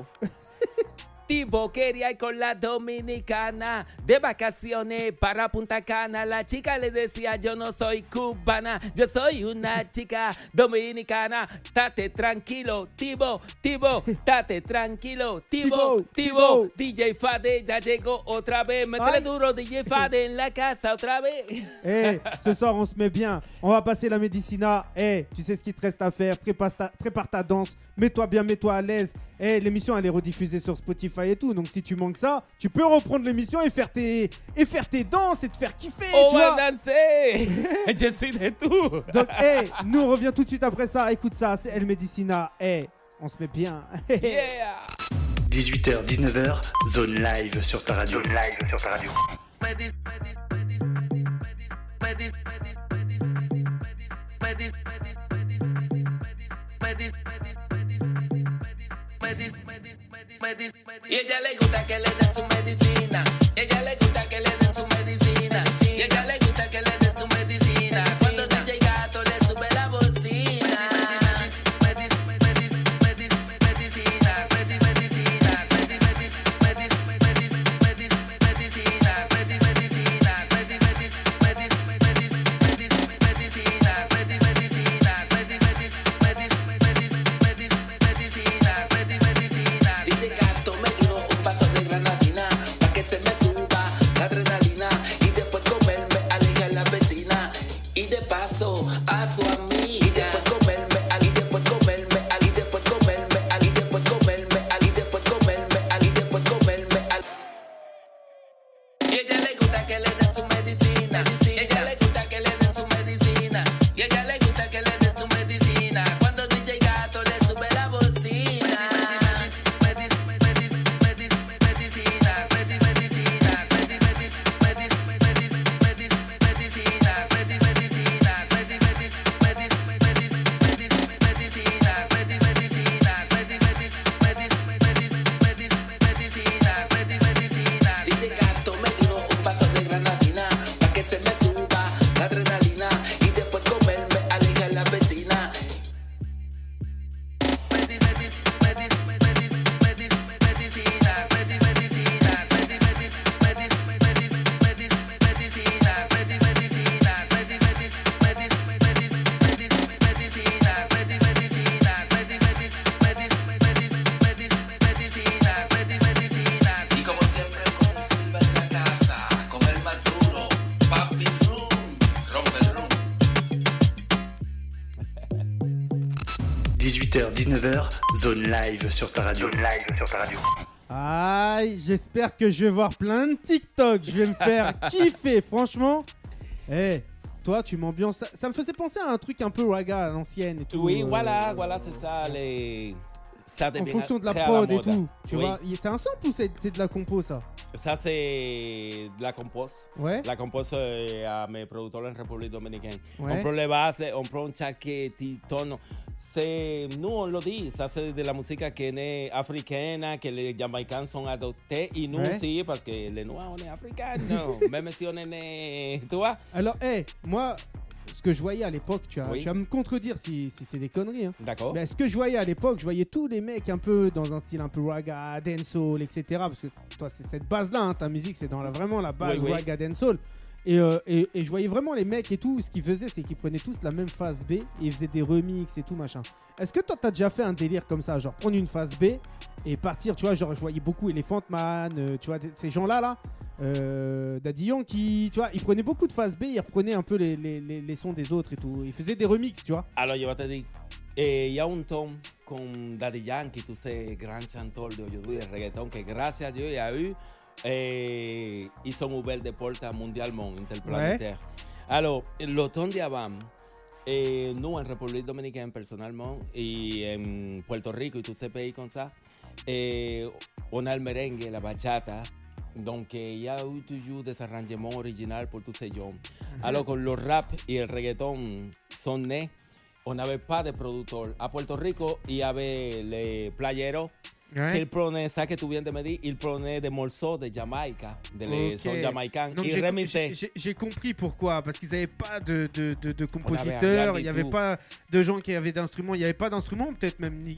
Speaker 4: Ti quería ir con la dominicana de vacaciones para Punta Cana. La chica le decía, yo no soy cubana, yo soy una chica dominicana. Tate tranquilo, Tibo, Tibo, tate tranquilo, Tibo,
Speaker 3: Tibo, Tibo.
Speaker 4: Tibo. DJ Fade ya llegó otra vez. Métele
Speaker 3: Ay.
Speaker 4: duro, DJ Fade en la casa otra vez.
Speaker 3: Eh, ce soir, on se met bien. On va passer la médicina. Eh, tu sais ce qu'il te reste à faire. Prépare ta, prépare ta danse. Mets-toi bien, mets-toi à l'aise. Eh, l'émission, elle est rediffusée sur Spotify et tout. Donc, si tu manques ça, tu peux reprendre l'émission et faire tes, et faire tes danses et te faire kiffer.
Speaker 4: On
Speaker 3: tu
Speaker 4: va
Speaker 3: vois
Speaker 4: danser. Oh, Yo soy de tú.
Speaker 3: Donc, eh, nous, on revient tout de suite après ça. Écoute ça, c'est El Medicina. Eh, on se met bien.
Speaker 4: Yeah.
Speaker 1: 18h, 19h, zone live sur ta radio.
Speaker 2: Zone live sur ta radio.
Speaker 5: Y ella le gusta que le den su medicina. Y ella le gusta que le den su medicina. Y ella le gusta que le den su medicina. Cuando te llega gato le sube la bocina. Medis- medis- medis- medicina, medis- medicina, medis- medis- medis- medis- medis- medicina, medis- medicina, medis- medis- medis- medis- medis- medicina, medis- medicina, medis- medis- medis- medis- medis- medicina, medis- medicina. Dice gato me dio un vaso de granadina pa' que se me suba la adrenalina y después comerme aleja la vecina y de paso a su amiga y después comerme al y después comerme al y después comerme al y después comerme al y después comerme al y después comerme al y ella le gusta que le den su medicina. Y ella le gusta que le den su medicina. Y ella le gusta que le den su medicina. Cuando DJ Gato le sube la bocina. Medis- medis- medis- medicina, medis- medicina, medis- medis- medis- medis- medis- medicina, medis- medicina, medis- medis- medis- medis- medis- medicina, medis- medicina, medis- medis- medis- medis- medis- medicina, medis- medicina. Dice gato me dio un vaso de granadina pa' que se me suba la adrenalina y después comerme aleja la vecina. Medis, medis, medis, medis, medis, medicina, medis, medicina, medis, medis, medis, medis, medis, medicina, medis, medicina, medis, medis, medis, medis, medis, medicina, medis, medicina, medis, medis, medis, medis, medis, medicina, medis, medicina. Y como siempre con Silva en la casa, con el más duro, papi room, rompe el room.
Speaker 1: 18h, 19h, zone live sur ta radio.
Speaker 2: Zone live sur ta radio.
Speaker 3: Aïe, j'espère que je vais voir plein de TikTok. Je vais me faire kiffer, franchement. Eh, toi, tu m'ambiances. Ça, ça me faisait penser à un truc un peu raga à l'ancienne et tout.
Speaker 4: Oui,
Speaker 3: euh,
Speaker 4: voilà, voilà, c'est ça. Les... ça
Speaker 3: En
Speaker 4: devient-
Speaker 3: fonction de la mm,
Speaker 4: c'est à
Speaker 3: prod et
Speaker 4: mode.
Speaker 3: tout. Tu
Speaker 4: Oui.
Speaker 3: vois, y- c'est un sample ou c'est c'est de la compo ça
Speaker 4: Ça, c'est la compose.
Speaker 3: Ouais.
Speaker 4: La compose eh, a mes producteurs en République Dominicaine.
Speaker 3: Ouais.
Speaker 4: On prend les bases, on prend un chaquette, y tono. C'est, nous, on le dit, ça c'est de la musique qui est africaine, que les Jamaïcains sont adoptés. Et nous
Speaker 3: Ouais.
Speaker 4: aussi, parce pues que les Noirs, on est africains. non. Même si on est né, tu vois.
Speaker 3: Alors, eh, moi, ce que je voyais à l'époque, tu, vas-
Speaker 4: Oui.
Speaker 3: tu vas me contredire si, si c'est des conneries. hein.
Speaker 4: D'accord.
Speaker 3: Mais ce que je voyais à l'époque, je voyais tous les mecs un peu dans un style un peu raga, dancehall, etc. Parce que c'est- toi, c'est cette base-là, hein, ta musique, c'est dans la, vraiment la base
Speaker 4: Oui, oui.
Speaker 3: raga, dancehall. Et, euh, et, et je voyais vraiment les mecs et tout, ce qu'ils faisaient, c'est qu'ils prenaient tous la même phase B et ils faisaient des remixes et tout machin. Est-ce que toi, t'as déjà fait un délire comme ça, genre prendre une phase B et partir, tu vois, genre je voyais beaucoup Elephant Man, euh, tu vois, des- ces gens-là, là, euh, Daddy Yankee, tu vois, ils prenaient beaucoup de phase B, ils reprenaient un peu les, les, les, les sons des autres et tout. Ils faisaient des remixes, tu vois.
Speaker 4: Alors, yo te digo, eh, ya un tom con Daddy Yankee, tú sé, gran chantor de Oyodú y de reggaetón, que gracias a Dios y a U, eh, hizo un Uber de Porta Mundial Mon, Interplanetaire. Alors, los ton de Avam, eh, no en República Dominicana, personalmente, y en Puerto Rico, y tú sé, pays con ça, eh, on a el merengue, la bachata, donc eh, ya eu toujours des arrangements original pour tous ces gens. Alors con los rap y el reggaetón son nés, on avait pas de productor a Puerto Rico y avait les playeros
Speaker 3: ¿Eh?
Speaker 4: que el prone, ¿sabes que tú bien te medí? El prone de Morso de Jamaica, de les
Speaker 3: Ok.
Speaker 4: son jamaicán
Speaker 3: Donc,
Speaker 4: y
Speaker 3: j'ai-
Speaker 4: remixé.
Speaker 3: j'ai- j'ai- J'ai compris pourquoi, parce qu'ils n'avaient pas de, de, de- de
Speaker 4: rien
Speaker 3: compositeurs,
Speaker 4: du
Speaker 3: il n'y avait
Speaker 4: tout.
Speaker 3: pas de gens qui avaient d'instruments, il n'y avait pas d'instruments, peut-être même ni-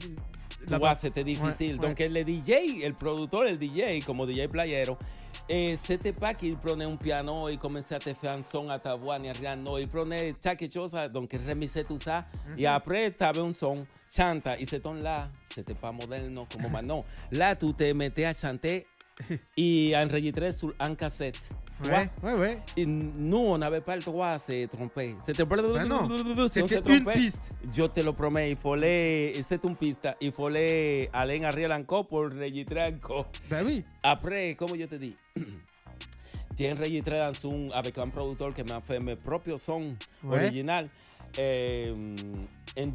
Speaker 3: la-
Speaker 4: tú vas, c'était difficile.
Speaker 3: ouais.
Speaker 4: Donc, el DJ, el productor, el DJ, como DJ playero, eh, c'était pas qu'il prenait un piano et commençait à te faire un son à ta voix, ni rien. Non, il prenait chaque chose, donc il remixait tout ça. Et après, tu avais un son, chanta. Et ce ton-là, c'était pas moderne comme maintenant. Là, tu te mettais à chanter et à enregistrer sur un cassette. Tu vois?
Speaker 6: Ouais, ouais, ouais.
Speaker 4: Et nous, on n'avait pas le droit à se tromper. C'était
Speaker 6: Ben non,
Speaker 4: on se
Speaker 6: c'était une
Speaker 4: trompait.
Speaker 6: piste.
Speaker 4: Yo te lo prometo, y este fue c'est une piste, y fue Alain Arriel Anco pour enregistrer encore.
Speaker 6: Bah oui.
Speaker 4: Après, como yo te di, j'ai enregistré dans un, avec un producteur qui m'a fait mes propres sons
Speaker 6: Ouais.
Speaker 4: original euh, en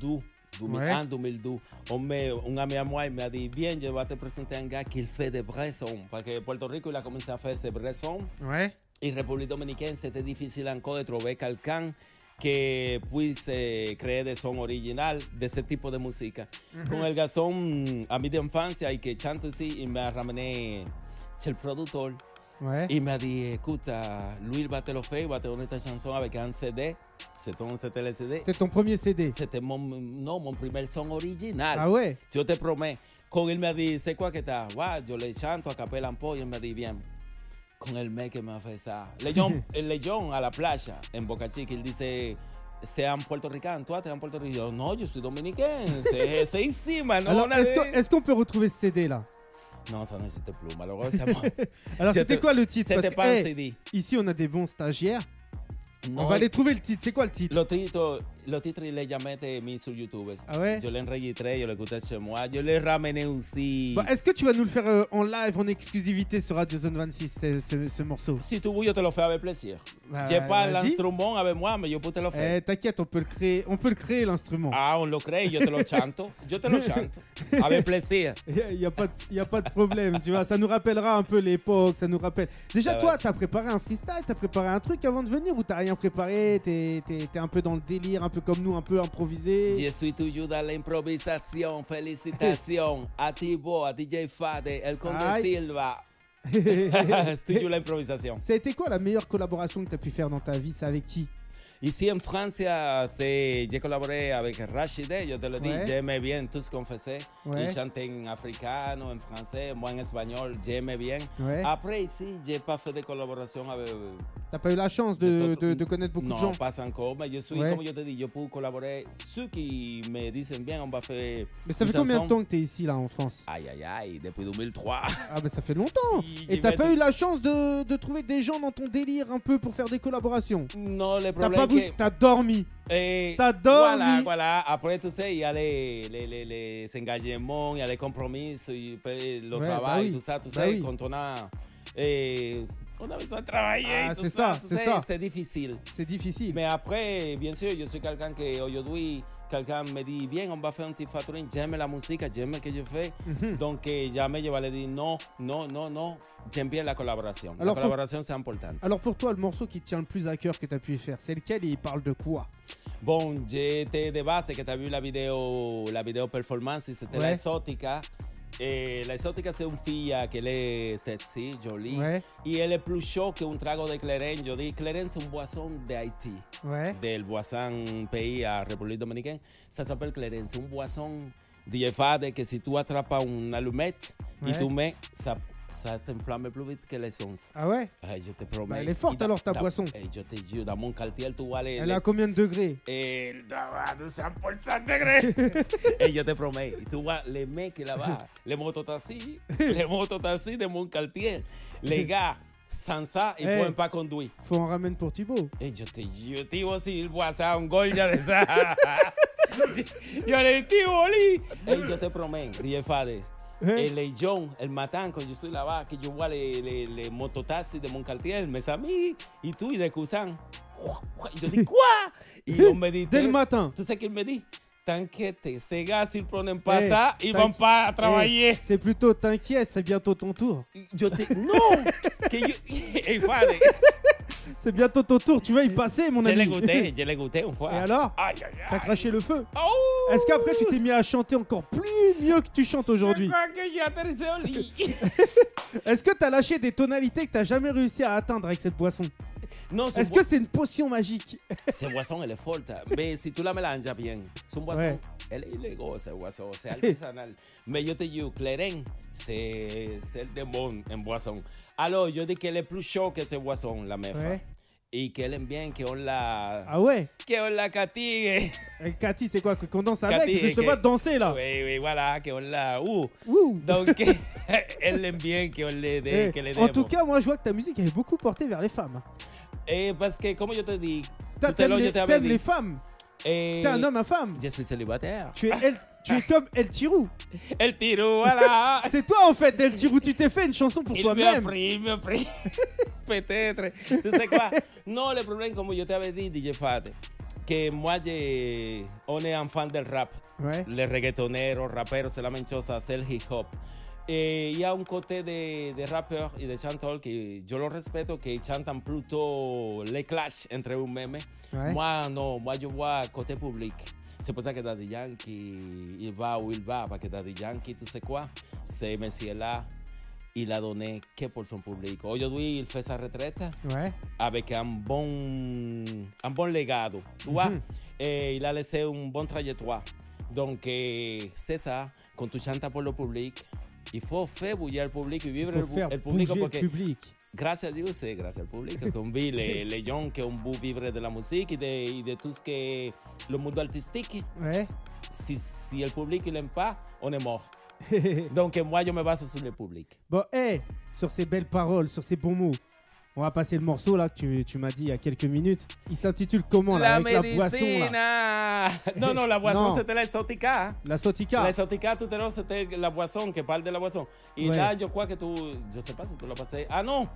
Speaker 4: 2002. 2001,
Speaker 6: Ouais.
Speaker 4: 2002, on me, un ami à moi il m'a dit Viens, je vais te présenter un gars qui fait des vrais sons. Parce que Puerto Rico, il a commencé à faire ses vrais sons.
Speaker 6: Ouais.
Speaker 4: Y República este Dominicana c'était difficile encore de trouver quelqu'un que puisse eh, créer des sons original de ce tipo de música. Con el gasón a mí de infancia y que chanto sí, y me ramené el productor.
Speaker 3: Ouais.
Speaker 4: Y me dije, escucha, Luis Batelofei va a tener esta chanson avec un CD. C'était un c'était le CD.
Speaker 3: C'était ton premier CD.
Speaker 4: C'était mon, no, mon primer son original.
Speaker 3: Ah ouais
Speaker 4: Yo te prometo. Con él me dice, ¿cuál que está? Guau, yo le chanto a capela en pollo y me di bien. Con el mes que me hace esa. Leyón, el Leyón a la playa en Boca Chica, él dice, sean puertorricanos, tú sean puertorricanos. No, yo soy dominiquense. Ese encima, no.
Speaker 3: Alors,
Speaker 4: una
Speaker 3: est-ce qu'on
Speaker 4: vez.
Speaker 3: est-ce qu'on peut retrouver ce CD là
Speaker 4: No, eso no existe pluma, luego se llama.
Speaker 3: Alors,
Speaker 4: Je
Speaker 3: c'était
Speaker 4: te-
Speaker 3: quoi le titre
Speaker 4: se
Speaker 3: Parce
Speaker 4: te
Speaker 3: que,
Speaker 4: pasa
Speaker 3: hey,
Speaker 4: y di.
Speaker 3: Ici, on a des bons stagiaires.
Speaker 4: No,
Speaker 3: on va aller trouver le titre. C'est quoi le titre
Speaker 4: Los títulos, los títulos le llamé de mis sur YouTube.
Speaker 3: Ah ouais?
Speaker 4: Yo le enregistré, yo le escuché chez moi, yo le ramené aussi.
Speaker 3: Bah, Est-ce que tu vas nous le faire euh, en live, en exclusivité sur Radio Zone 26, ce, ce- ce morceau
Speaker 4: Si tu veux, je te le fais avec plaisir.
Speaker 3: Bah,
Speaker 4: J'ai pas
Speaker 3: vas-y.
Speaker 4: l'instrument avec moi, mais je peux te le faire.
Speaker 3: Eh, T'inquiète, on peut le créer, on peut le créer l'instrument.
Speaker 4: Ah, on le crée, yo te lo chanto. Yo te lo chanto. Avec plaisir.
Speaker 3: Il n'y a, pas de- y a pas de problème, tu vois. Ça nous rappellera un peu l'époque, ça nous rappelle. Déjà,
Speaker 4: Ça
Speaker 3: toi,
Speaker 4: va.
Speaker 3: t'as préparé un freestyle, t'as préparé un truc avant de venir ou t'as rien préparé T'es t'es- t'es un peu dans le délire, un peu comme nous, un peu improvisé
Speaker 4: Je suis toujours dans l'improvisation. Félicitations à Thibaut, à DJ Fade, El Conde
Speaker 3: Aïe.
Speaker 4: Silva. toujours l'improvisation.
Speaker 3: Ça a été quoi la meilleure collaboration que t'as pu faire dans ta vie C'est avec qui
Speaker 4: Ici en France, c'est- j'ai collaboré avec Rachidé, je eh, te le dis,
Speaker 3: Ouais.
Speaker 4: j'aime bien tous confesser.
Speaker 3: Ouais.
Speaker 4: Ils chantent en africain, en français, moi en espagnol, j'aime bien.
Speaker 3: Ouais.
Speaker 4: Après, ici, j'ai pas fait de collaboration avec
Speaker 3: T'as pas eu la chance
Speaker 4: Les
Speaker 3: de,
Speaker 4: autres-
Speaker 3: de- de connaître beaucoup
Speaker 4: Bah, non,
Speaker 3: de gens
Speaker 4: pas encore, mais je suis,
Speaker 3: Ouais.
Speaker 4: comme je te dis, je peux collaborer. Ceux qui me disent bien, on va faire.
Speaker 3: Mais ça fait
Speaker 4: une
Speaker 3: combien de
Speaker 4: chanson.
Speaker 3: temps que t'es ici, là, en France
Speaker 4: Aïe, aïe, aïe, depuis 2003.
Speaker 3: Ah, bah ça fait longtemps
Speaker 4: Ah. Si,
Speaker 3: Et
Speaker 4: j'y
Speaker 3: t'as
Speaker 4: vais
Speaker 3: pas
Speaker 4: de-
Speaker 3: eu la chance de, de trouver des gens dans ton délire un peu pour faire des collaborations
Speaker 4: Non, le
Speaker 3: T'as
Speaker 4: problème
Speaker 3: pas
Speaker 4: est
Speaker 3: voulu-
Speaker 4: que.
Speaker 3: T'as dormi
Speaker 4: eh,
Speaker 3: T'as dormi.
Speaker 4: voilà, voilà. Après, tu sais, il y a les, les, les, les engagements, il y a les compromis, il peut- le
Speaker 3: Ouais, bah
Speaker 4: travail,
Speaker 3: oui,
Speaker 4: tout ça, tu
Speaker 3: bah
Speaker 4: sais,
Speaker 3: oui.
Speaker 4: quand on a. eh, on a besoin de travailler.
Speaker 3: Ah,
Speaker 4: tout
Speaker 3: c'est ça,
Speaker 4: tu
Speaker 3: c'est
Speaker 4: sais,
Speaker 3: ça.
Speaker 4: C'est difficile.
Speaker 3: C'est difficile.
Speaker 4: Mais après, pues, bien sûr, yo soy quelqu'un que aujourd'hui, quelqu'un me dit, bien, on va faire un petit featuring, j'aime la musique, j'aime ce que je fais. Donc, eh, ya me lleva, le di, no, no, no, no, j'aime bien la collaboration.
Speaker 3: Alors,
Speaker 4: la collaboration, c'est important.
Speaker 3: Alors pour toi, le morceau qui te tient le plus à cœur que t'as pu faire, c'est lequel et il parle de quoi
Speaker 4: Bon, j'étais de base, que t'as vu la vidéo, la vidéo performance, y c'était
Speaker 3: Ouais.
Speaker 4: la exótica. Eh, la exótica c'est une fille euh, que elle est sexy, jolie.
Speaker 3: Ouais.
Speaker 4: Y elle est plus chaud que un trago de Cleren. Yo di, Cleren c'est un boisson de Haïti.
Speaker 3: Ouais.
Speaker 4: del Boisson pays a República Dominicana, ça s'appelle Clarence, un Boisson DJ Fade que si tu atrapas une allumette
Speaker 3: Ouais.
Speaker 4: et tu mets, ça, ça s'enflamme plus vite que l'essence.
Speaker 3: Ah ouais
Speaker 4: Ay, je te promets.
Speaker 3: Bah, elle est forte,
Speaker 4: Et dans-
Speaker 3: alors, ta
Speaker 4: dans-
Speaker 3: boisson.
Speaker 4: Eh, je te jure, dans mon quartier, tu vas aller.
Speaker 3: Elle est à combien de degrés
Speaker 4: Eh, là-bas, de 100% degré. Eh, je te promets. Et tu vas, les mecs là-bas, les mototaxis, les mototaxis de mon quartier, les gars, sans ça, ils ne
Speaker 3: Eh.
Speaker 4: peuvent pas conduire.
Speaker 3: Faut en ramener pour Thibaut.
Speaker 4: Ey, Eh, yo te yo te iba a decir WhatsApp, un gol ya de esa. yo le di boli. Ey, yo te prometo, DJ Fades.
Speaker 3: Eh.
Speaker 4: El Leyón, el Matanco, yo soy la vaca, yo voy a le, le, le mototaxi de Moncartier, me mí, y tú y de Cusán. Y yo digo, ¡cuá! Y yo me di.
Speaker 3: Dès le matin.
Speaker 4: ¿Tú sabes qué me di? Tanquete, se gas, y ponen
Speaker 3: Eh,
Speaker 4: pasar y van
Speaker 3: t'inqui-
Speaker 4: para a
Speaker 3: Eh,
Speaker 4: trabajar.
Speaker 3: C'est plutôt t'inquiète, c'est bientôt ton tour.
Speaker 4: Yo te. ¡No! que yo. Ey, Fades.
Speaker 3: C'est bientôt ton tour, tu vas y passer mon
Speaker 4: Yo le
Speaker 3: ami.
Speaker 4: gusté, yo le gusté un fuá.
Speaker 3: Et alors
Speaker 4: Ay, ay,
Speaker 3: T'as craché le feu.
Speaker 4: Oh!
Speaker 3: Est-ce qu'après tu t'es mis à chanter encore plus mieux que tu chantes aujourd'hui
Speaker 4: Je crois que j'ai atterrissé au lit.
Speaker 3: Est-ce que t'as lâché des tonalités que t'as jamais réussi à atteindre avec cette boisson
Speaker 4: No, es un
Speaker 3: Est-ce
Speaker 4: bo-
Speaker 3: que c'est une potion magique
Speaker 4: Ese guasón, él es fuerte. Ve, si tú la melanjas bien, es un guasón.
Speaker 3: Ouais.
Speaker 4: Él es ilegal, ese guasón. O sea, artesanal. Me yo te digo, Cleren, se es el demon en guasón. Aló, yo dije que él es plus show que ese guasón, la mefa.
Speaker 3: Ouais.
Speaker 4: Y que él es bien, que on la.
Speaker 3: Ah ouais
Speaker 4: Que on la castigue.
Speaker 3: Eh, Cathy, c'est quoi que- Qu'on danse avec
Speaker 4: Cathy,
Speaker 3: Parce que Je te
Speaker 4: que-
Speaker 3: vois danser là.
Speaker 4: Wey, wey, voilà, que on la. Uh.
Speaker 3: Ouh.
Speaker 4: Donc, que- él es bien, que on le dé.
Speaker 3: Eh,
Speaker 4: que le
Speaker 3: en
Speaker 4: demos.
Speaker 3: tout cas, moi je vois que ta musique elle est beaucoup portée vers les femmes.
Speaker 4: Eh, parce que, como yo te di.
Speaker 3: T'as-
Speaker 4: Tout à
Speaker 3: T'aimes
Speaker 4: l'heure, je
Speaker 3: les,
Speaker 4: t'avais
Speaker 3: t'aimes les
Speaker 4: dit.
Speaker 3: femmes
Speaker 4: eh,
Speaker 3: T'es un homme à femme
Speaker 4: Je suis célibataire.
Speaker 3: tu es, El- tu es comme El Tirou.
Speaker 4: El tiro, voilà.
Speaker 3: C'est toi en fait, El Tirou. Tu t'es fait une chanson pour
Speaker 4: Il me a
Speaker 3: toi-même.
Speaker 4: pris, il me a pris. Peut-être. Tu sais quoi? Non, le problème, comme je t'avais dit, DJ Fat, que moi, je- on est un fan del rap.
Speaker 3: Ouais.
Speaker 4: Les reggaetoneros, raperos, c'est la même chose, c'est le hip-hop. Et Il Eh, y a un côté de, de rappeurs et de chanteurs que je le respecte, qui chantent plutôt les clashs entre eux-mêmes.
Speaker 3: Ouais.
Speaker 4: Moi, non, moi, je vois côté public. C'est pour ça que Daddy Yankee, il va où il va, parce que Daddy Yankee, tu sais quoi, c'est monsieur là, il a donné que pour son public. Aujourd'hui, il fait sa retraite
Speaker 3: Ouais.
Speaker 4: avec un bon, un bon legado. Tu vois, Eh, il a laissé une bonne trajectoire. Donc, eh, c'est ça, quand tu chantes pour le public, il faut faire bouillir le public et vivre
Speaker 3: Faut
Speaker 4: le,
Speaker 3: faire
Speaker 4: bu- le public.
Speaker 3: bouger le
Speaker 4: Parce que,
Speaker 3: public.
Speaker 4: gracias a Dios, eh, gracias al público, que on vit les, les gens qui ont beau vivre de la musique et de, et de tout ce que le monde artistique.
Speaker 3: Ouais.
Speaker 4: Si, si le public n'aime pas, on est mort. Donc, eh, moi, je me base sur le public.
Speaker 3: Bon, hé, sur ces belles paroles, sur ces bons mots, on va passer le morceau là que tu, tu m'as dit il y a quelques minutes. Il s'intitule comment là
Speaker 4: la
Speaker 3: Avec la pues, boisson là.
Speaker 4: medicina. Non, non, la pues, boisson,
Speaker 3: Non.
Speaker 4: c'était l'exotica.
Speaker 3: La sotica.
Speaker 4: L'exotica, tout à l'heure, c'était la boisson, qui parle de la boisson. Et
Speaker 3: Ouais.
Speaker 4: là, je crois que tu. Je sais pas si tu l'as passé. Ah non!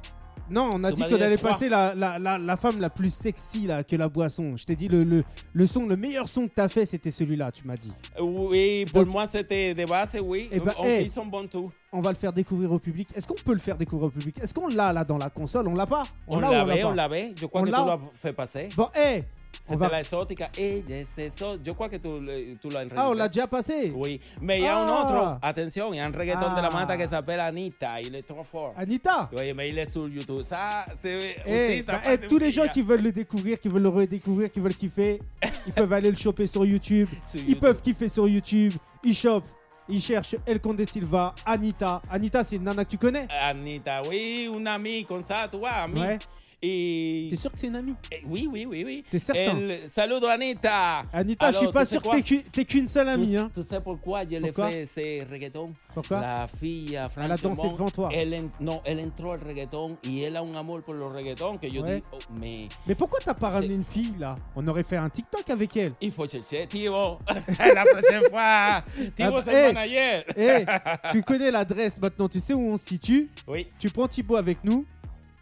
Speaker 3: Non, on a
Speaker 4: Tu
Speaker 3: dit
Speaker 4: m'as
Speaker 3: qu'on
Speaker 4: dit
Speaker 3: allait
Speaker 4: trois.
Speaker 3: passer la, la, la, la femme la plus sexy là que la boisson. Je t'ai dit le, le, le son, le meilleur son que t'as fait c'était celui-là, tu m'as dit.
Speaker 4: Oui, pour
Speaker 3: Donc-
Speaker 4: moi, c'était de base, oui.
Speaker 3: Eh ben,
Speaker 4: on,
Speaker 3: eh.
Speaker 4: Ils sont bons tous.
Speaker 3: On va le faire découvrir au public. Est-ce qu'on peut le faire découvrir au public Est-ce qu'on l'a là dans la console On l'a pas
Speaker 4: On,
Speaker 3: ou
Speaker 4: la
Speaker 3: l'a
Speaker 4: l'avait,
Speaker 3: pas
Speaker 4: on l'avait. Je crois
Speaker 3: On
Speaker 4: que
Speaker 3: l'a-
Speaker 4: tu l'as fait passer.
Speaker 3: Bon, hé on
Speaker 4: C'était
Speaker 3: va...
Speaker 4: la exótica. Ella es eso. Yo creo que tú, le- tú lo enredaste.
Speaker 3: Ah, on l'a déjà passé
Speaker 4: Oui. Me llama un
Speaker 3: Ah.
Speaker 4: otro. Atención, hay un reggaetón de la
Speaker 3: Ah.
Speaker 4: mata que se apela Anita y le toma for.
Speaker 3: Anita
Speaker 4: Oye, me dile sur YouTube. Ça, c'est.
Speaker 3: Eh,
Speaker 4: aussi, ça
Speaker 3: bah,
Speaker 4: fait
Speaker 3: eh,
Speaker 4: oh, de
Speaker 3: tous les gens
Speaker 4: brillant.
Speaker 3: qui veulent le découvrir, qui veulent le redécouvrir, qui veulent kiffer, ils peuvent aller le choper sur YouTube.
Speaker 4: Sur
Speaker 3: Ils
Speaker 4: YouTube.
Speaker 3: peuvent kiffer sur YouTube. Ils chopent. Ils cherchent El Conde Silva, Anita. Anita, c'est une nana que tu connais
Speaker 4: Anita, oui, un ami comme ça, tu vois, ami.
Speaker 3: Ouais.
Speaker 4: Et.
Speaker 3: T'es sûr que c'est une amie
Speaker 4: Eh, Oui, oui, oui, oui.
Speaker 3: T'es certain
Speaker 4: El- Saludo, Anita.
Speaker 3: Anita, je
Speaker 4: Alors,
Speaker 3: suis pas
Speaker 4: tu sais
Speaker 3: sûr que
Speaker 4: quoi?
Speaker 3: t'es qu'une- t'es qu'une seule
Speaker 4: Tu,
Speaker 3: amie. Hein.
Speaker 4: tu sais pourquoi je l'ai
Speaker 3: Pourquoi
Speaker 4: fait ce reggaeton?
Speaker 3: Pourquoi
Speaker 4: La fille, à
Speaker 3: Elle a dansé devant toi.
Speaker 4: Elle en- non, elle entró al reggaetón y elle a un amour pour le reggaetón que yo
Speaker 3: Ouais.
Speaker 4: digo, me,
Speaker 3: Mais pourquoi t'as pas ramené
Speaker 4: C'est-
Speaker 3: une fille là On aurait fait un TikTok avec elle.
Speaker 4: il faut chercher, Tivo, la prochaine fois. Tivo,
Speaker 3: Ah,
Speaker 4: c'est
Speaker 3: eh.
Speaker 4: mon ayer.
Speaker 3: Eh, tu connais l'adresse maintenant, tu sais où on se situe.
Speaker 4: Oui,
Speaker 3: Tu prends Thibaut avec nous,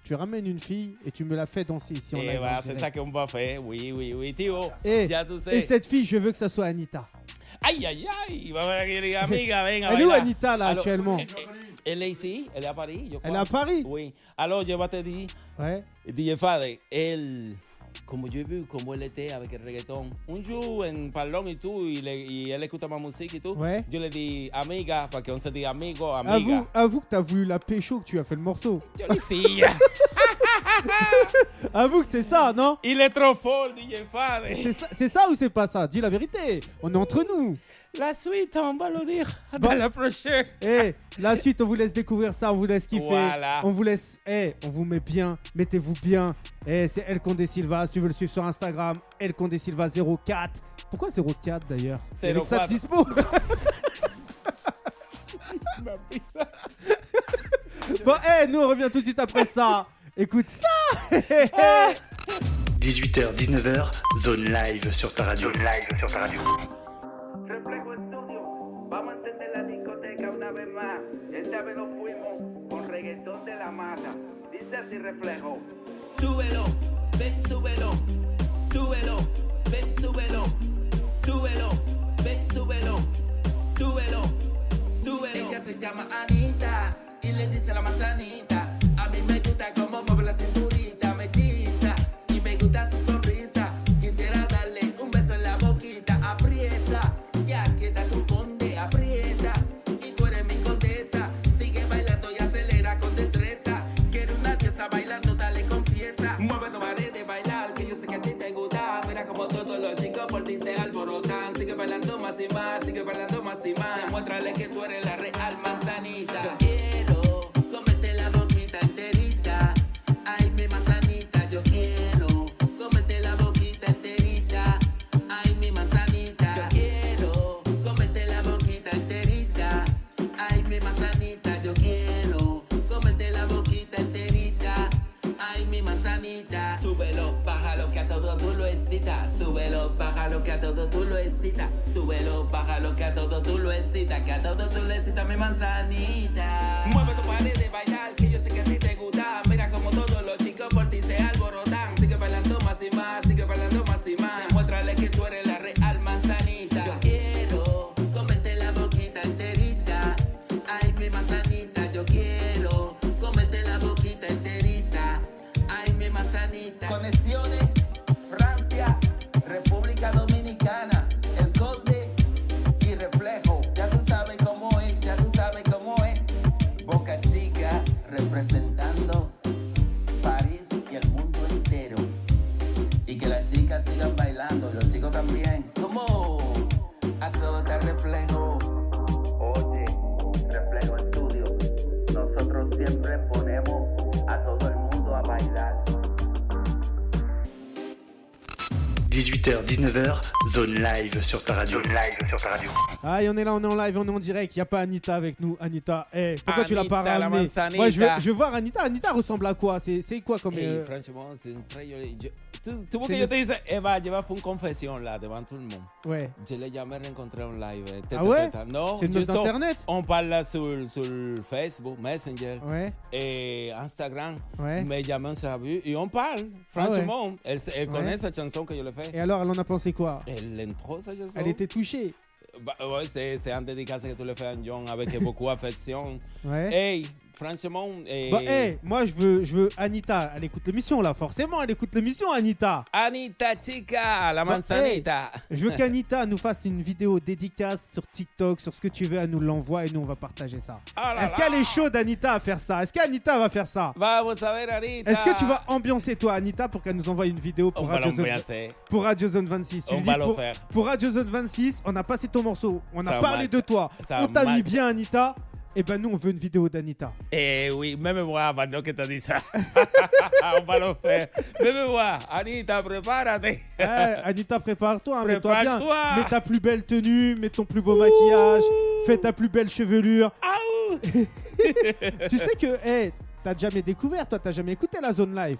Speaker 3: tu ramènes une fille et tu me la fais danser ici en
Speaker 4: eh,
Speaker 3: live.
Speaker 4: va,
Speaker 3: en
Speaker 4: c'est
Speaker 3: direct.
Speaker 4: ça qu'on va faire. Oui, oui, oui, Tivo.
Speaker 3: Eh,
Speaker 4: ya tú
Speaker 3: Et
Speaker 4: sais.
Speaker 3: cette fille, je veux que ça soit Anita.
Speaker 4: Ay, ay, ay. Vamos a ver que amiga, venga.
Speaker 3: Elle est où
Speaker 4: baila.
Speaker 3: Anita là
Speaker 4: Alors,
Speaker 3: actuellement
Speaker 4: eh, eh, Elle est ici, elle est à Paris. yo
Speaker 3: Elle est
Speaker 4: crois.
Speaker 3: à Paris
Speaker 4: Oui. Alors, je vais te dire.
Speaker 3: Ouais.
Speaker 4: DJ Fade, él, como yo he visto cómo él está avec el reggaetón, un yo en Parlón y tú, y, le- y él escucha más música y tú,
Speaker 3: Ouais.
Speaker 4: yo le di amiga, para que on se diga amigo,
Speaker 3: Avoue,
Speaker 4: amiga.
Speaker 3: avoue que t'as voulu la pécho que tu as fait le morceau.
Speaker 4: Yo le filla.
Speaker 3: Avoue que c'est ça, non
Speaker 4: y le trofó el DJ Fade.
Speaker 3: C'est ça, c'est ça ou c'est pas ça Dis la vérité, on est entre nous.
Speaker 4: La suite, on va lo dire. Hasta
Speaker 3: Bon.
Speaker 4: la prochaine.
Speaker 3: Eh, la suite, on vous laisse découvrir ça, on vous laisse kiffer.
Speaker 4: Voilà.
Speaker 3: On vous laisse. Eh, on vous met bien, mettez-vous bien. Eh, c'est El Condé Silva. Si tu veux le suivre sur Instagram, El Condé Silva 04. Pourquoi 04 d'ailleurs Il y avait que ça de
Speaker 4: 04.
Speaker 3: dispo.
Speaker 4: Una pizza.
Speaker 3: bon, eh, nous, on revient tout de suite après ça. Écoute ça.
Speaker 1: 18h, 19h, zone live sur ta radio.
Speaker 2: Zone live sur ta radio.
Speaker 6: Reflejo Estudio, vamos a encender la discoteca una vez más. Esta vez nos fuimos con reggaetón de la mata. Dice así reflejo.
Speaker 5: Súbelo, ven, súbelo, súbelo, ven, súbelo, súbelo, ven, súbelo, súbelo, súbelo. Ella se llama Anita y le dice la manzanita. A mí me gusta cómo mueve la cinturita, me hechiza y me gusta su sonrisa. Quisiera darle un beso en la boquita, aprieta, ya queda tu conde, aprieta. Y tú eres mi condesa, sigue bailando y acelera con destreza. Quiero una diosa bailando, dale confiesa. Mueve tu vareta. de bailar, que yo sé que a ti te gusta. Mira como todos los chicos por ti se alborotan. Sigue bailando más y más, sigue bailando más y más. Demuéstrale que tú eres la real manzanita. Yo quiero comerte la boquita enterita. Ay, mi manzanita, yo quiero comerte la boquita enterita. Ay, mi manzanita, yo quiero comerte la boquita enterita. Ay, mi manzanita, yo quiero comerte la boquita enterita. Ay, mi manzanita. Súbelo, bájalo, que a todo tú lo excitas. Súbelo, bájalo, que a todo tú lo excitas. Súbelo, bájalo, que a todo tú lo excitas. Que a todo tú lo excitas, mi manzanita. Mueve tu pared de bailar, que yo sé que a ti te gusta. Mira como todos los chicos por ti se alborotan. Sigue bailando más y más, sigue bailando más y más. Demuéstrale que tú eres la real manzanita. Yo quiero comerte la boquita enterita. Ay, mi manzanita, yo quiero comerte la boquita enterita. Ay, mi manzanita. Conexiones, Francia, República Dominicana, el corte y reflejo. Ya tú sabes cómo es, ya tú sabes cómo es. Boca Chica representando París y el mundo entero. Y que las chicas sigan bailando, los chicos también. Como azota reflejo.
Speaker 2: Oye, Reflejo Estudio, nosotros siempre ponemos a todo el mundo a bailar.
Speaker 1: 18h, 19h, zone live sur ta radio.
Speaker 2: Zone live sur ta radio.
Speaker 3: Aïe, on est là, on est en live, on est en direct. Y a pas Anita avec nous. Anita, eh, pourquoi tu l'as pas
Speaker 4: Anita, la
Speaker 3: ramenée
Speaker 4: manzanita. Eh,
Speaker 3: Ouais, je veux, je veux voir Anita. Anita ressemble à quoi C'est c'est quoi comme.
Speaker 4: Ey,
Speaker 3: euh,
Speaker 4: franchement, c'est une très jolie- je- tu, tu vois
Speaker 3: C'est
Speaker 4: que
Speaker 3: une-
Speaker 4: yo te hice, Eva, lleva fue una confesión là devant tout le monde.
Speaker 3: Ouais.
Speaker 4: Je l'ai jamais rencontré en live. eh, tête
Speaker 3: Ah
Speaker 4: à
Speaker 3: ouais
Speaker 4: tête. Non,
Speaker 3: C'est une
Speaker 4: juste
Speaker 3: autre
Speaker 4: on-
Speaker 3: internet Ah,
Speaker 4: On parle sur, sur Facebook, Messenger,
Speaker 3: Ouais.
Speaker 4: et Instagram.
Speaker 3: Ouais.
Speaker 4: Mais jamais ça a vu. Et on parle, franchement. Elle, s- elle
Speaker 3: Ouais.
Speaker 4: connaît cette eh, chanson que je le fais.
Speaker 3: Et alors, elle en a pensé quoi
Speaker 4: Elle l'intro, cette chanson.
Speaker 3: Elle était touchée.
Speaker 4: Bah, ouais, c'est, c'est un dédicace que tu le fais à John avec beaucoup d'affection.
Speaker 3: Ouais.
Speaker 4: Hey, franchement. eh,
Speaker 3: Bah, hey, moi, je veux, je veux Anita. Elle écoute l'émission, là, forcément. Elle écoute l'émission, Anita.
Speaker 4: Anita Chica, la
Speaker 3: Bah,
Speaker 4: manzanita.
Speaker 3: Je veux qu'Anita nous fasse une vidéo dédicace sur TikTok, sur ce que tu veux. Elle nous l'envoie et nous, on va partager ça.
Speaker 4: Ah là
Speaker 3: Est-ce
Speaker 4: là.
Speaker 3: qu'elle est chaude, Anita, à faire ça Est-ce qu'Anita va faire ça
Speaker 4: Vamos a ver, Anita.
Speaker 3: Est-ce que tu vas ambiancer, toi, Anita, pour qu'elle nous envoie une vidéo
Speaker 4: On
Speaker 3: pour
Speaker 4: va
Speaker 3: Radio Zone,
Speaker 4: l'ambiancer.
Speaker 3: pour Radio Zone 26 Tu
Speaker 4: On
Speaker 3: le dis
Speaker 4: va le
Speaker 3: pour,
Speaker 4: faire.
Speaker 3: pour Radio Zone 26, on a passé ton morceau. On a
Speaker 4: Ça
Speaker 3: parlé
Speaker 4: match.
Speaker 3: de toi.
Speaker 4: Ça
Speaker 3: on t'a mis
Speaker 4: match.
Speaker 3: bien, Anita. Et ben, nous, on veut une vidéo d'Anita.
Speaker 4: Eh oui, même moi, maintenant que t'as dit ça. On va le faire. Même moi, Anita, prépárate.
Speaker 3: Eh, Anita, prépare-toi, hein, mets-toi bien.
Speaker 4: Prépare-toi.
Speaker 3: Mets ta plus belle tenue, mets ton plus beau maquillage, fais ta plus belle chevelure.
Speaker 4: Aou.
Speaker 3: tu sais que, eh, t'as jamais découvert, toi, t'as jamais écouté la zone live.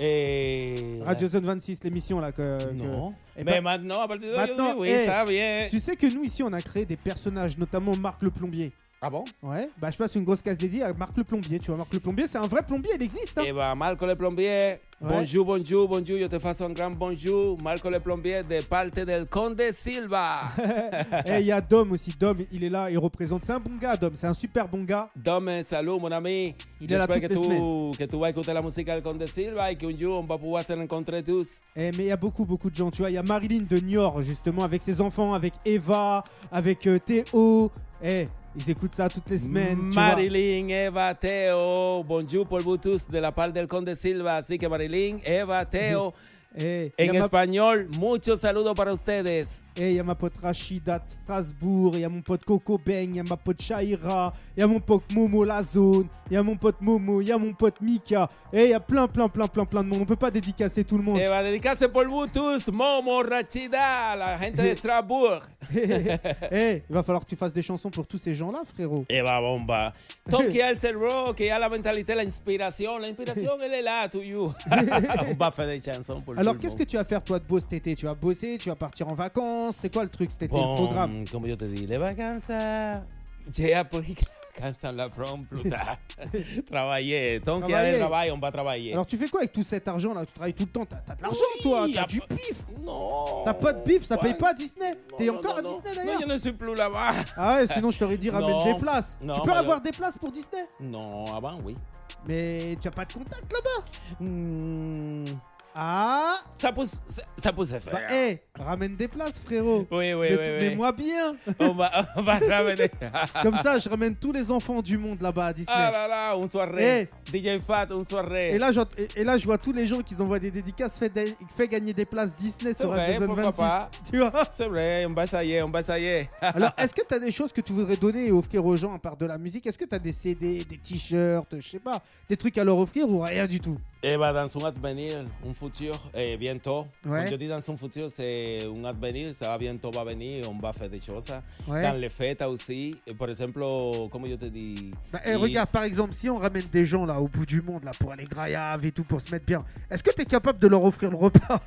Speaker 4: Eh,
Speaker 3: Radio Zone 26, l'émission là. Que, Ah, que-
Speaker 4: Non.
Speaker 3: Eh
Speaker 4: Mais
Speaker 3: ben,
Speaker 4: maintenant, à partir de
Speaker 3: maintenant,
Speaker 4: aujourd'hui, oui,
Speaker 3: eh,
Speaker 4: ça vient.
Speaker 3: Tu sais que nous, ici, on a créé des personnages, notamment Marc le Plombier.
Speaker 4: Ah bon?
Speaker 3: Ouais, bah je passe une grosse case dédiée à Marc le Plombier. Tu vois, Marc le Plombier, c'est un vrai plombier, il existe. hein.
Speaker 4: Eh ben, Marco le plombier. Bonjour, bonjour, bonjour. Yo te faço un grand bonjour. Marco le plombier de parte del Conde Silva. bah.
Speaker 3: Eh, il y a Dom aussi. Dom, il est là, il représente. C'est un bon gars, Dom, c'est un super bon gars.
Speaker 4: Dame, salut, mon ami.
Speaker 3: Il est là
Speaker 4: J'espère que
Speaker 3: toutes les
Speaker 4: tu, que tu vas écouter la musique del Conde Silva et qu'un jour, on va pouvoir se rencontrer tous.
Speaker 3: Eh, mais il y a beaucoup, beaucoup de gens. Tu vois, il y a Marilyn de Niort, justement, avec ses enfants, avec Eva, avec euh, Théo. Eh, ils écoutent ça toutes les semaines. tu vois.
Speaker 4: Marilyn, Eva, Teo, bonjour pour vous tous de la part del Conde Silva. Así que Marilyn, Eva, Teo,
Speaker 3: Eh, il y
Speaker 4: en
Speaker 3: a ma-
Speaker 4: español, muchos saludos para ustedes.
Speaker 3: eh, il y a ma pote Rachida de Strasbourg, il y a mon pote Coco Beng, il y a ma pote Shaira, il y a mon pote Momo La Zone, il y a mon pote Momo, il y a mon pote Mika. Eh, il y a plein, plein, plein, plein, plein de monde. On peut pas dédicacer tout le monde.
Speaker 4: Eva, dedicarse por vous tous, Momo, Rachida, la gente de Strasbourg.
Speaker 3: Eh, il va falloir que tu fasses des chansons pour tous ces gens-là, frérot.
Speaker 4: Eva Bomba. Toque al cerebro, que ya la mentalidad, la inspiración, la inspiración, él es la tuyo. Un buffet de chanson por
Speaker 3: Alors, qu'est-ce que tu vas faire, toi, de beau cet été Tu vas bosser, tu vas partir en vacances. C'est quoi le truc cet été, le programme
Speaker 4: Bon, como yo te dije, vacanza. Llega porque cansan la prom, pluta. Trabajé, ton que
Speaker 3: Travailler.
Speaker 4: de trabajo, on va travailler.
Speaker 3: Alors tu fais quoi avec tout cet argent là Tu travailles tout le temps, t'as t'as de l'argent
Speaker 4: Ah Oui,
Speaker 3: toi,
Speaker 4: y
Speaker 3: t'as
Speaker 4: a
Speaker 3: du
Speaker 4: pas-
Speaker 3: pif
Speaker 4: No.
Speaker 3: T'as pas de pif, ça paye
Speaker 4: Ouais.
Speaker 3: pas à Disney
Speaker 4: No,
Speaker 3: T'es
Speaker 4: no,
Speaker 3: encore
Speaker 4: no,
Speaker 3: à
Speaker 4: no.
Speaker 3: Disney
Speaker 4: No,
Speaker 3: d'ailleurs
Speaker 4: yo no soy plus là-bas.
Speaker 3: Ah ouais, sinon je t'aurais dit ramène
Speaker 4: Non.
Speaker 3: des places
Speaker 4: Non,
Speaker 3: Tu peux
Speaker 4: bah,
Speaker 3: avoir
Speaker 4: yo-
Speaker 3: des places pour Disney
Speaker 4: No, avant, oui.
Speaker 3: Mais tu as pas de contact là-bas
Speaker 4: Mm,
Speaker 3: Ah
Speaker 4: Hmm. Ça pousse, ça, ça pousse à faire.
Speaker 3: Bah, eh, ramène des places, frérot.
Speaker 4: oui, oui,
Speaker 3: Mais-
Speaker 4: oui. oui.
Speaker 3: mais-moi bien.
Speaker 4: On va, on va ramener.
Speaker 3: Comme ça, je ramène tous les enfants du monde là-bas à Disney.
Speaker 4: Ah là là, une soirée. DJ Fat, une soirée.
Speaker 3: Et là, je, et- et là, je vois tous les gens qui envoient des dédicaces, fait, des- fait gagner des places Disney
Speaker 4: C'est
Speaker 3: sur
Speaker 4: vrai,
Speaker 3: Jason
Speaker 4: pourquoi
Speaker 3: 26.
Speaker 4: pas.
Speaker 3: Tu vois
Speaker 4: c'est vrai, on va ça y est, on va ça y est.
Speaker 3: Alors, est-ce que tu as des choses que tu voudrais donner et offrir aux gens à part de la musique Est-ce que tu as des CD, des t-shirts, je sais pas, des trucs à leur offrir ou rien du tout
Speaker 4: Eh ben, dans un avenir, un futur, eh, bientôt.
Speaker 3: Ouais.
Speaker 4: Quand je dis dans un futur, c'est un avenir, ça va bientôt va venir, on va faire des choses.
Speaker 3: Ouais.
Speaker 4: Dans les fêtes aussi, eh, por ejemplo, como yo te di.
Speaker 3: Bah, eh,
Speaker 4: y-
Speaker 3: regarde, par exemple, si on ramène des gens là au bout du monde là pour aller grave et tout pour se mettre bien, est-ce que tu es capable de leur offrir le repas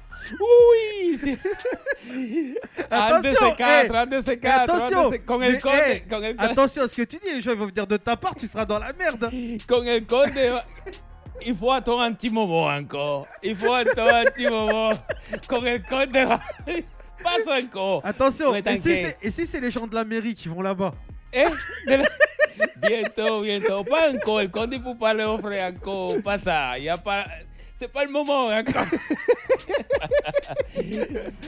Speaker 4: Uy, sí. Antes
Speaker 3: Attention,
Speaker 4: de cuatro,
Speaker 3: eh,
Speaker 4: antes de
Speaker 3: Mais
Speaker 4: cuatro,
Speaker 3: attention,
Speaker 4: antes de- con
Speaker 3: mais,
Speaker 4: el conde,
Speaker 3: eh,
Speaker 4: con el conde,
Speaker 3: attention à ce que tu dis, les gens ils vont venir de ta part, tu seras dans la merde. hein.
Speaker 4: con el conde. va- Y fue a todo antimoboanco. Y fue a todo antimobo. Con el conde va- paso en co.
Speaker 3: Attention,
Speaker 4: Mais
Speaker 3: et si
Speaker 4: t'inquiète.
Speaker 3: c'est et si c'est les gens de la mairie qui vont là-bas
Speaker 4: Eh, de la- Viento, viento. Panco, el conde y pupa le ofre anco. Pasa, ya para. Se pa el momón, anco.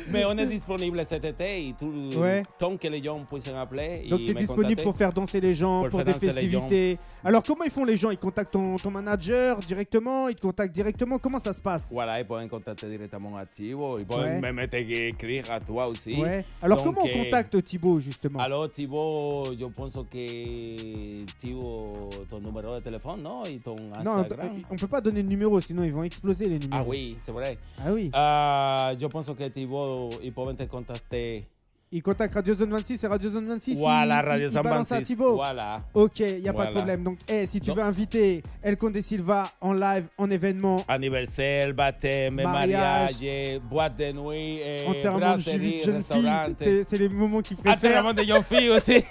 Speaker 4: Mais on est disponible cet été et tout
Speaker 3: Ouais.
Speaker 4: tant que les gens puissent appeler.
Speaker 3: Donc
Speaker 4: et
Speaker 3: tu es
Speaker 4: me
Speaker 3: disponible
Speaker 4: contacter.
Speaker 3: pour faire danser les gens, pour,
Speaker 4: Pour faire
Speaker 3: des
Speaker 4: danser les
Speaker 3: festivités. Alors comment ils font les gens Ils contactent ton, ton manager directement Ils te contactent directement Comment ça se passe
Speaker 4: Voilà, ils peuvent contacter directement à Thibaut. Ils peuvent
Speaker 3: Ouais.
Speaker 4: même t'écrire à toi aussi.
Speaker 3: Ouais. Alors
Speaker 4: Donc,
Speaker 3: comment on
Speaker 4: euh,
Speaker 3: contacte Thibaut justement
Speaker 4: Alors Thibaut, je pense que Thibaut, ton numéro de téléphone, non Et ton
Speaker 3: Non,
Speaker 4: Instagram
Speaker 3: on- on peut pas donner le numéro, sinon ils vont exploser les numéros.
Speaker 4: Ah oui, c'est vrai.
Speaker 3: Ah oui.
Speaker 4: Ah, je pense que Thibaut, ils peuvent te contacter.
Speaker 3: Ils contactent Radio Zone 26 et Radio Zone 26.
Speaker 4: voilà,
Speaker 3: ils-
Speaker 4: Radio
Speaker 3: ils- ils balancent à
Speaker 4: 126.
Speaker 3: Thibaut.
Speaker 4: Voilà.
Speaker 3: Ok, il n'y a pas
Speaker 4: Voilà.
Speaker 3: de problème. Donc, eh, si tu
Speaker 4: Donc-
Speaker 3: veux inviter El Conde Silva en live, en événement,
Speaker 4: Ah, Anniversaire, baptême,
Speaker 3: Mariage.
Speaker 4: mariage, boîte de nuit, eh,
Speaker 3: en termes de
Speaker 4: brasserie,
Speaker 3: jeune fille,
Speaker 4: restaurant. Ah,
Speaker 3: c'est c'est les moments qu'ils préfèrent.
Speaker 4: Enterrement de jeunes filles aussi.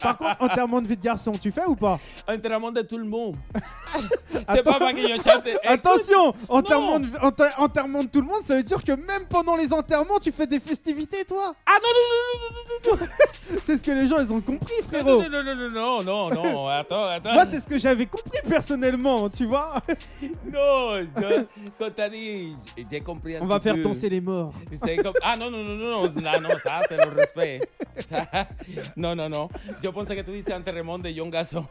Speaker 3: Par contre, enterrement de vie de garçon, tu fais ou pas
Speaker 4: Enterrement de tout le monde.
Speaker 3: Attends.
Speaker 4: C'est pas parce que je chante.
Speaker 3: Attention enterrement de, enter- enterrement de tout le monde, ça veut dire que même pendant les enterrements, tu fais des festivités, toi
Speaker 4: Ah non, non, non, non, non, non,
Speaker 3: C'est ce que les gens, ils ont compris, frérot
Speaker 4: non, non, non, non, non, non, non, non, attends, attends.
Speaker 3: Moi, c'est ce que j'avais compris personnellement, tu vois
Speaker 4: Non, je- quand t'as dit, j'ai compris un
Speaker 3: On va
Speaker 4: petit
Speaker 3: faire
Speaker 4: peu.
Speaker 3: danser les morts.
Speaker 4: C'est comme- Ah non, non, non, non, non, non, non, ça, c'est le respect. Ça- Non, non, non. Yo pensé que tú dices enterrement de John Gasson.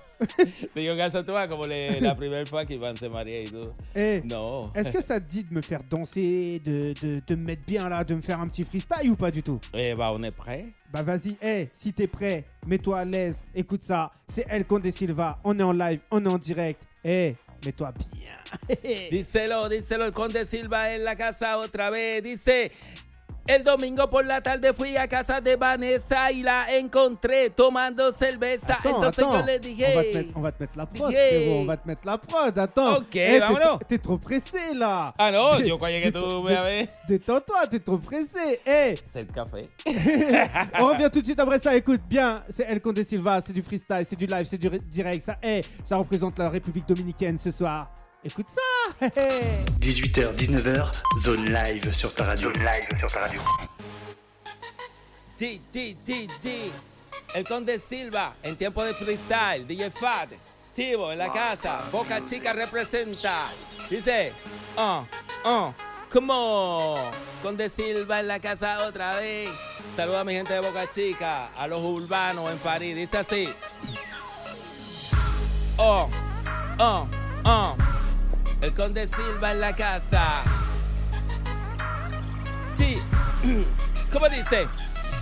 Speaker 4: De John Gasson, tú vas como le- la primera fois qu'ils vont se marier et tout.
Speaker 3: Eh,
Speaker 4: Non.
Speaker 3: Est-ce que ça te dit de me faire danser, de, de, de me mettre bien là, de me faire un petit freestyle ou pas du tout
Speaker 4: Eh bah, on est prêt.
Speaker 3: Bah vas-y, hey, si t'es prêt, mets-toi à l'aise, écoute ça, c'est El Conde Silva, on est en live, on est en direct, hey, mets-toi bien.
Speaker 4: Díselo, díselo, el conde Silva en la casa otra vez. Dice, el domingo por la tarde fui a casa de Vanessa y la encontré tomando cerveza.
Speaker 3: Attends,
Speaker 4: Entonces
Speaker 3: attends,
Speaker 4: yo le
Speaker 3: on, va te
Speaker 4: dije...
Speaker 3: mettre, on va te mettre la prod,
Speaker 4: Yeah.
Speaker 3: frérot, on va te mettre la prod, attends.
Speaker 4: Ok,
Speaker 3: Eh, t'es-
Speaker 4: vámonos.
Speaker 3: T'es trop pressé là.
Speaker 4: Ah no, yo cuando que tú
Speaker 3: Détends-
Speaker 4: me a ver.
Speaker 3: Détends-toi, t'es trop pressé, hey.
Speaker 4: Es el café.
Speaker 3: On revient tout de suite après ça. Écoute bien, c'est El Conde Silva, c'est du freestyle, c'est du live, c'est du re- direct. Ça, hey, ça représente la République dominicaine ce soir. Écoute ça. hey, hey.
Speaker 1: 18h, 19h, zone live sur ta radio. live sur ta radio.
Speaker 4: Sí, sí, sí, sí. El conde Silva en tiempo de freestyle. DJ Fat. Tivo en la casa. Boca Chica representa. Dice, oh, oh, como. Conde Silva en la casa otra vez. Saluda a mi gente de Boca Chica, a los urbanos en París. Dice así. Oh, oh, oh. El conde Silva en la casa. Sí. ¿Cómo dice?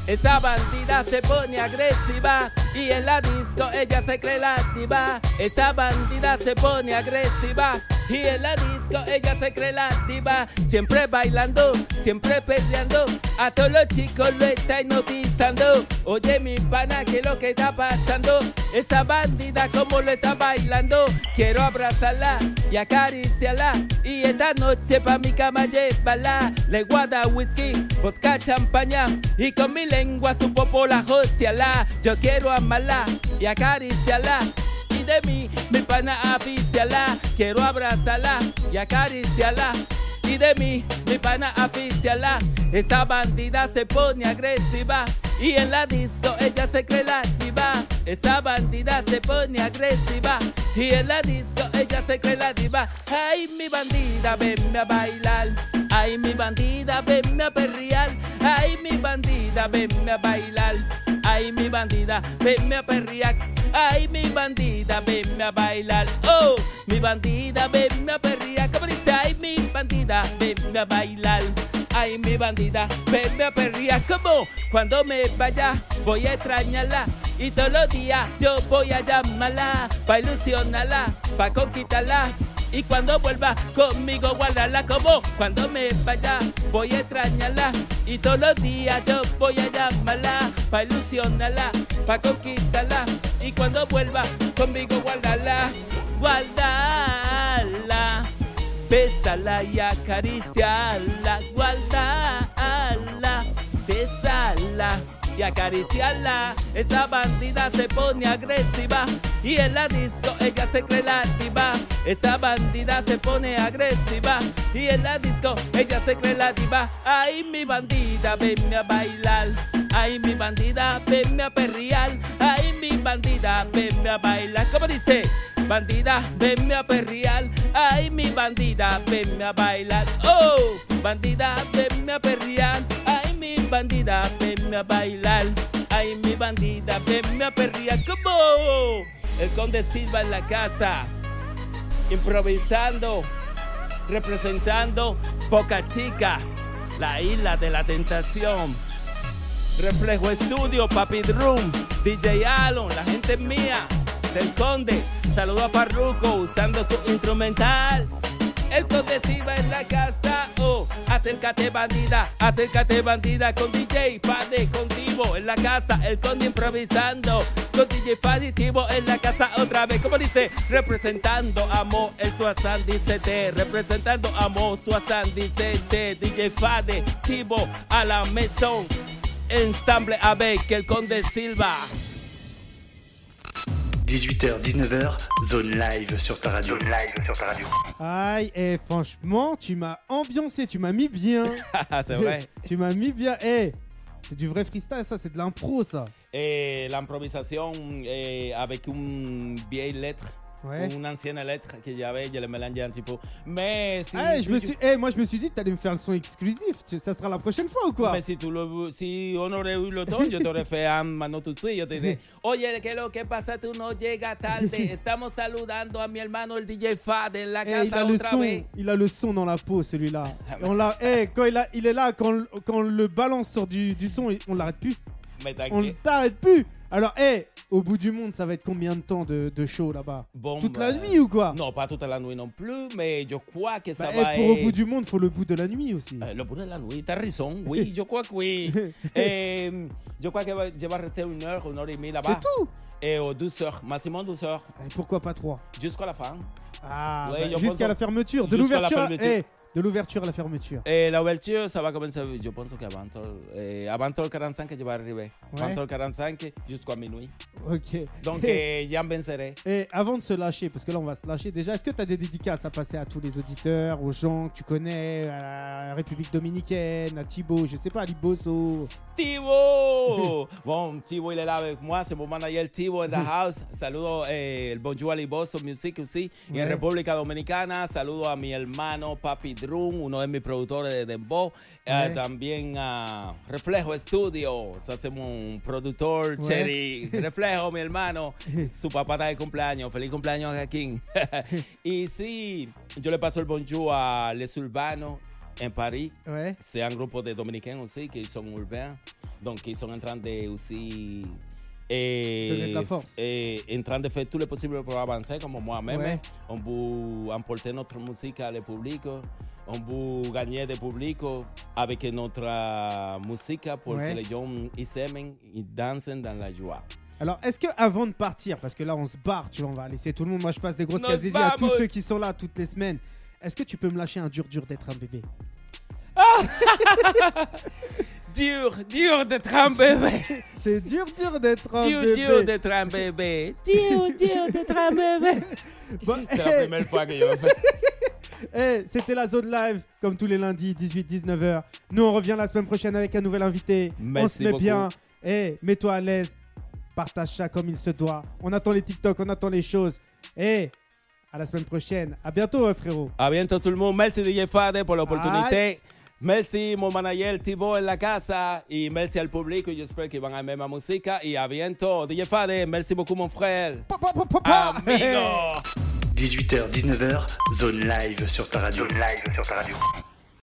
Speaker 4: Esa bandida se pone agresiva y en la disco ella se cree la diva. Esa bandida se pone agresiva y en la disco ella se cree la diva. Siempre bailando, siempre peleando. A todos los chicos lo está hipnotizando. Oye mi pana, ¿qué es lo que está pasando? Esa bandida como lo está bailando. Quiero abrazarla y acariciarla. Y esta noche pa' mi cama llevarla. Le guarda whisky, vodka, champaña. Y con mi lengua su popo la hostiala. Yo quiero amarla y acariciarla. Y de mí, mi pana aficiala. Quiero abrazarla y acariciarla. Y de mí, mi pana aficiala. Esta bandida se pone agresiva. Y en la disco ella se cree la diva. Esa bandida se pone agresiva. Y en la disco ella se cree la diva. Ay, mi bandida, venme a bailar. A Ay, mi bandida, venme a perrear. Ay, mi bandida, venme a bailar. Ay, mi bandida, venme a perrear. Ay, mi bandida, venme a bailar. Oh, mi bandida, venme a perrear. Cabrita, ay, mi bandida, venme a bailar. Ay, mi bandida, venme a perrear. Como cuando me vaya, voy a extrañarla. Y todos los días yo voy a llamarla, pa' ilusionarla, pa' conquistarla. Y cuando vuelva conmigo guardarla como cuando me vaya voy a extrañarla y todos los días yo voy a llamarla pa ilusionarla, pa conquistarla y cuando vuelva conmigo guardarla, guardarla, bésala y acariciarla, guardarla, bésala y acariciarla. Esta bandida se pone agresiva y en la disco ella se cree la diva. Esta bandida se pone agresiva y en la disco ella se cree la diva. Ay, mi bandida, venme a bailar. Ay, mi bandida, venme a perrear. Ay, mi bandida, venme a bailar. ¿Cómo dice? Bandida, venme a perrear. Ay, mi bandida, venme a bailar. Oh, bandida, venme a perrear. Ay, mi bandida, venme a bailar. Ay, mi bandida, venme a perrear. Como el conde Silva en la casa, improvisando, representando Poca Chica, la isla de la tentación. Reflejo Estudio, Papi Room, DJ Alon, la gente mía, del Conde. Saludo a Farruko usando su instrumental. El Conde Silva en la casa, oh, acércate bandida, acércate bandida con DJ Fade contigo en la casa, el Conde improvisando. Con DJ Fade Tivo en la casa otra vez, como dice, representando amor, el Suazán dice te, representando amor, Suazán dice te, DJ Fade Tivo a la mesón. Ensemble avec el Conde Silva.
Speaker 1: 18h, 19h, zone live sur ta radio. live sur ta radio.
Speaker 3: Aïe, et franchement, tu m'as ambiancé, tu m'as mis bien.
Speaker 7: C'est vrai.
Speaker 3: tu m'as mis bien. Eh, c'est du vrai freestyle, ça, c'est de l'impro, ça.
Speaker 7: Eh, la improvisación eh, avec une vieille lettre,
Speaker 3: Ouais.
Speaker 7: une ancienne lettre que j'avais, je le mélangeais un petit peu. Mais si,
Speaker 3: Ah, je
Speaker 7: tu-
Speaker 3: me suis, eh, moi, je me suis dit que t'allais me faire le son exclusif. Tu- Ça sera la prochaine fois ou quoi
Speaker 7: mais si, tú lo- si on aurait eu le temps, yo te aurais fait un mano tout de suite. Yo te dirais, oye, ¿qué es lo que pasa? Tú no llegas tarde. Estamos saludando a mi hermano el DJ Fad en la
Speaker 3: Eh,
Speaker 7: casa
Speaker 3: il a le
Speaker 7: otra
Speaker 3: son,
Speaker 7: vez.
Speaker 3: il a le son dans la peau celui-là.
Speaker 7: Ah,
Speaker 3: On l'a, eh, quand il, a- il est là, quand, quand le balance sort du, du son, on l'arrête plus.
Speaker 7: Mais
Speaker 3: On ne
Speaker 7: t'inquiète.
Speaker 3: t'arrête plus. Alors, eh, au bout du monde, ça va être combien de temps de, de show là-bas
Speaker 7: Bon,
Speaker 3: Toute la
Speaker 7: bah,
Speaker 3: nuit ou quoi
Speaker 7: Non, pas toute la nuit non plus, mais je crois que ça
Speaker 3: Bah,
Speaker 7: va
Speaker 3: eh, pour
Speaker 7: être-
Speaker 3: au bout du monde, faut le bout de la nuit aussi.
Speaker 7: Eh, Lo puse en la nuit, t'as raison, oui, je crois que oui. Eh, je crois que va- je vais rester une heure, une heure et demie là-bas.
Speaker 3: C'est tout
Speaker 7: Et aux 12 heures, maximum 12 heures,
Speaker 3: Eh, Pourquoi pas trois
Speaker 7: jusqu'à la fin.
Speaker 3: Ah,
Speaker 7: Ouais,
Speaker 3: bah,
Speaker 7: il y a
Speaker 3: jusqu'à
Speaker 7: pas-
Speaker 3: la fermeture, de
Speaker 7: jusqu'à la
Speaker 3: l'ouverture, à-
Speaker 7: fermeture.
Speaker 3: eh, de l'ouverture à la fermeture.
Speaker 7: Et l'ouverture, ça va commencer, je pense qu'avant eh, avant 45 je vais arriver.
Speaker 3: Ouais.
Speaker 7: Avant 45 jusqu'à minuit.
Speaker 3: Ok.
Speaker 7: Donc,
Speaker 3: Eh,
Speaker 7: eh, j'en vencerai.
Speaker 3: Et avant de se lâcher, parce que là on va se lâcher déjà, est-ce que tu as des dédicaces à passer à tous les auditeurs, aux gens que tu connais, à la République Dominicaine, à Thibaut, je sais pas, à Liboso
Speaker 7: Tibo! Bon, Tibo, il est là avec moi, c'est mon manager Tibo in the house. Saludo eh, el Bonjour Liboso Music aussi. Y en
Speaker 3: Ouais.
Speaker 7: República Dominicana, saludo a mi hermano Papi Drum, uno de mis productores de Dembow. Eh,
Speaker 3: Ouais.
Speaker 7: también a Reflejo Studio, se hacemos un productor
Speaker 3: Ouais.
Speaker 7: cherry. Reflejo, mi hermano, su papá está de cumpleaños. Feliz cumpleaños, Joaquín. y sí, yo le paso el bonjour a Les Urbanos en París.
Speaker 3: Ouais.
Speaker 7: C'est un groupe de Dominicains aussi qui sont urbains. Donc, ils sont en train de eh, aussi. Et,
Speaker 3: Donner de la force.
Speaker 7: et en train eh, de faire tout le possible pour avancer, comme moi-même.
Speaker 3: Ouais.
Speaker 7: On peut emporter notre musique à le public. On peut gagner des publics avec notre musique pour
Speaker 3: Ouais.
Speaker 7: que les gens ils s'aiment, ils dansent dans la joie.
Speaker 3: Alors, est-ce que avant de partir, parce que là on se barre, tu vois, on va laisser tout le monde, moi je passe des grosses
Speaker 7: Nos
Speaker 3: casillas à tous
Speaker 7: vamos.
Speaker 3: ceux qui sont là toutes les semaines, est-ce que tu peux me lâcher un dur dur d'être un bébé
Speaker 7: Dur, dur d'être un bébé.
Speaker 3: C'est dur dur d'être un
Speaker 7: Dur,
Speaker 3: bébé
Speaker 7: dur d'être un bébé. Dur, dur d'être un bébé.
Speaker 3: Bon,
Speaker 7: C'est la première fois que je le fais.
Speaker 3: Eh, c'était la zone live, comme tous les lundis, 18-19h. Nous, on revient la semaine prochaine avec un nouvel invité. on
Speaker 7: Merci
Speaker 3: se met
Speaker 7: beaucoup.
Speaker 3: bien. Eh, mets-toi à l'aise. Partage ça comme il se doit. On attend les TikTok, on attend les choses. Eh, À la semaine prochaine. À bientôt, euh, frérot.
Speaker 4: A bientôt tout le monde. Merci DJ Fade pour l'opportunité. Merci mon manager Thibaut en la casa y merci al público. J'espère qu'ils vont aimer ma musique. Et à bientôt DJ Fade. Merci beaucoup mon frère.
Speaker 3: Pa, pa, pa, pa, pa.
Speaker 4: Amigo.
Speaker 1: 18h, 19h, zone live sur ta radio. Zone live sur ta radio.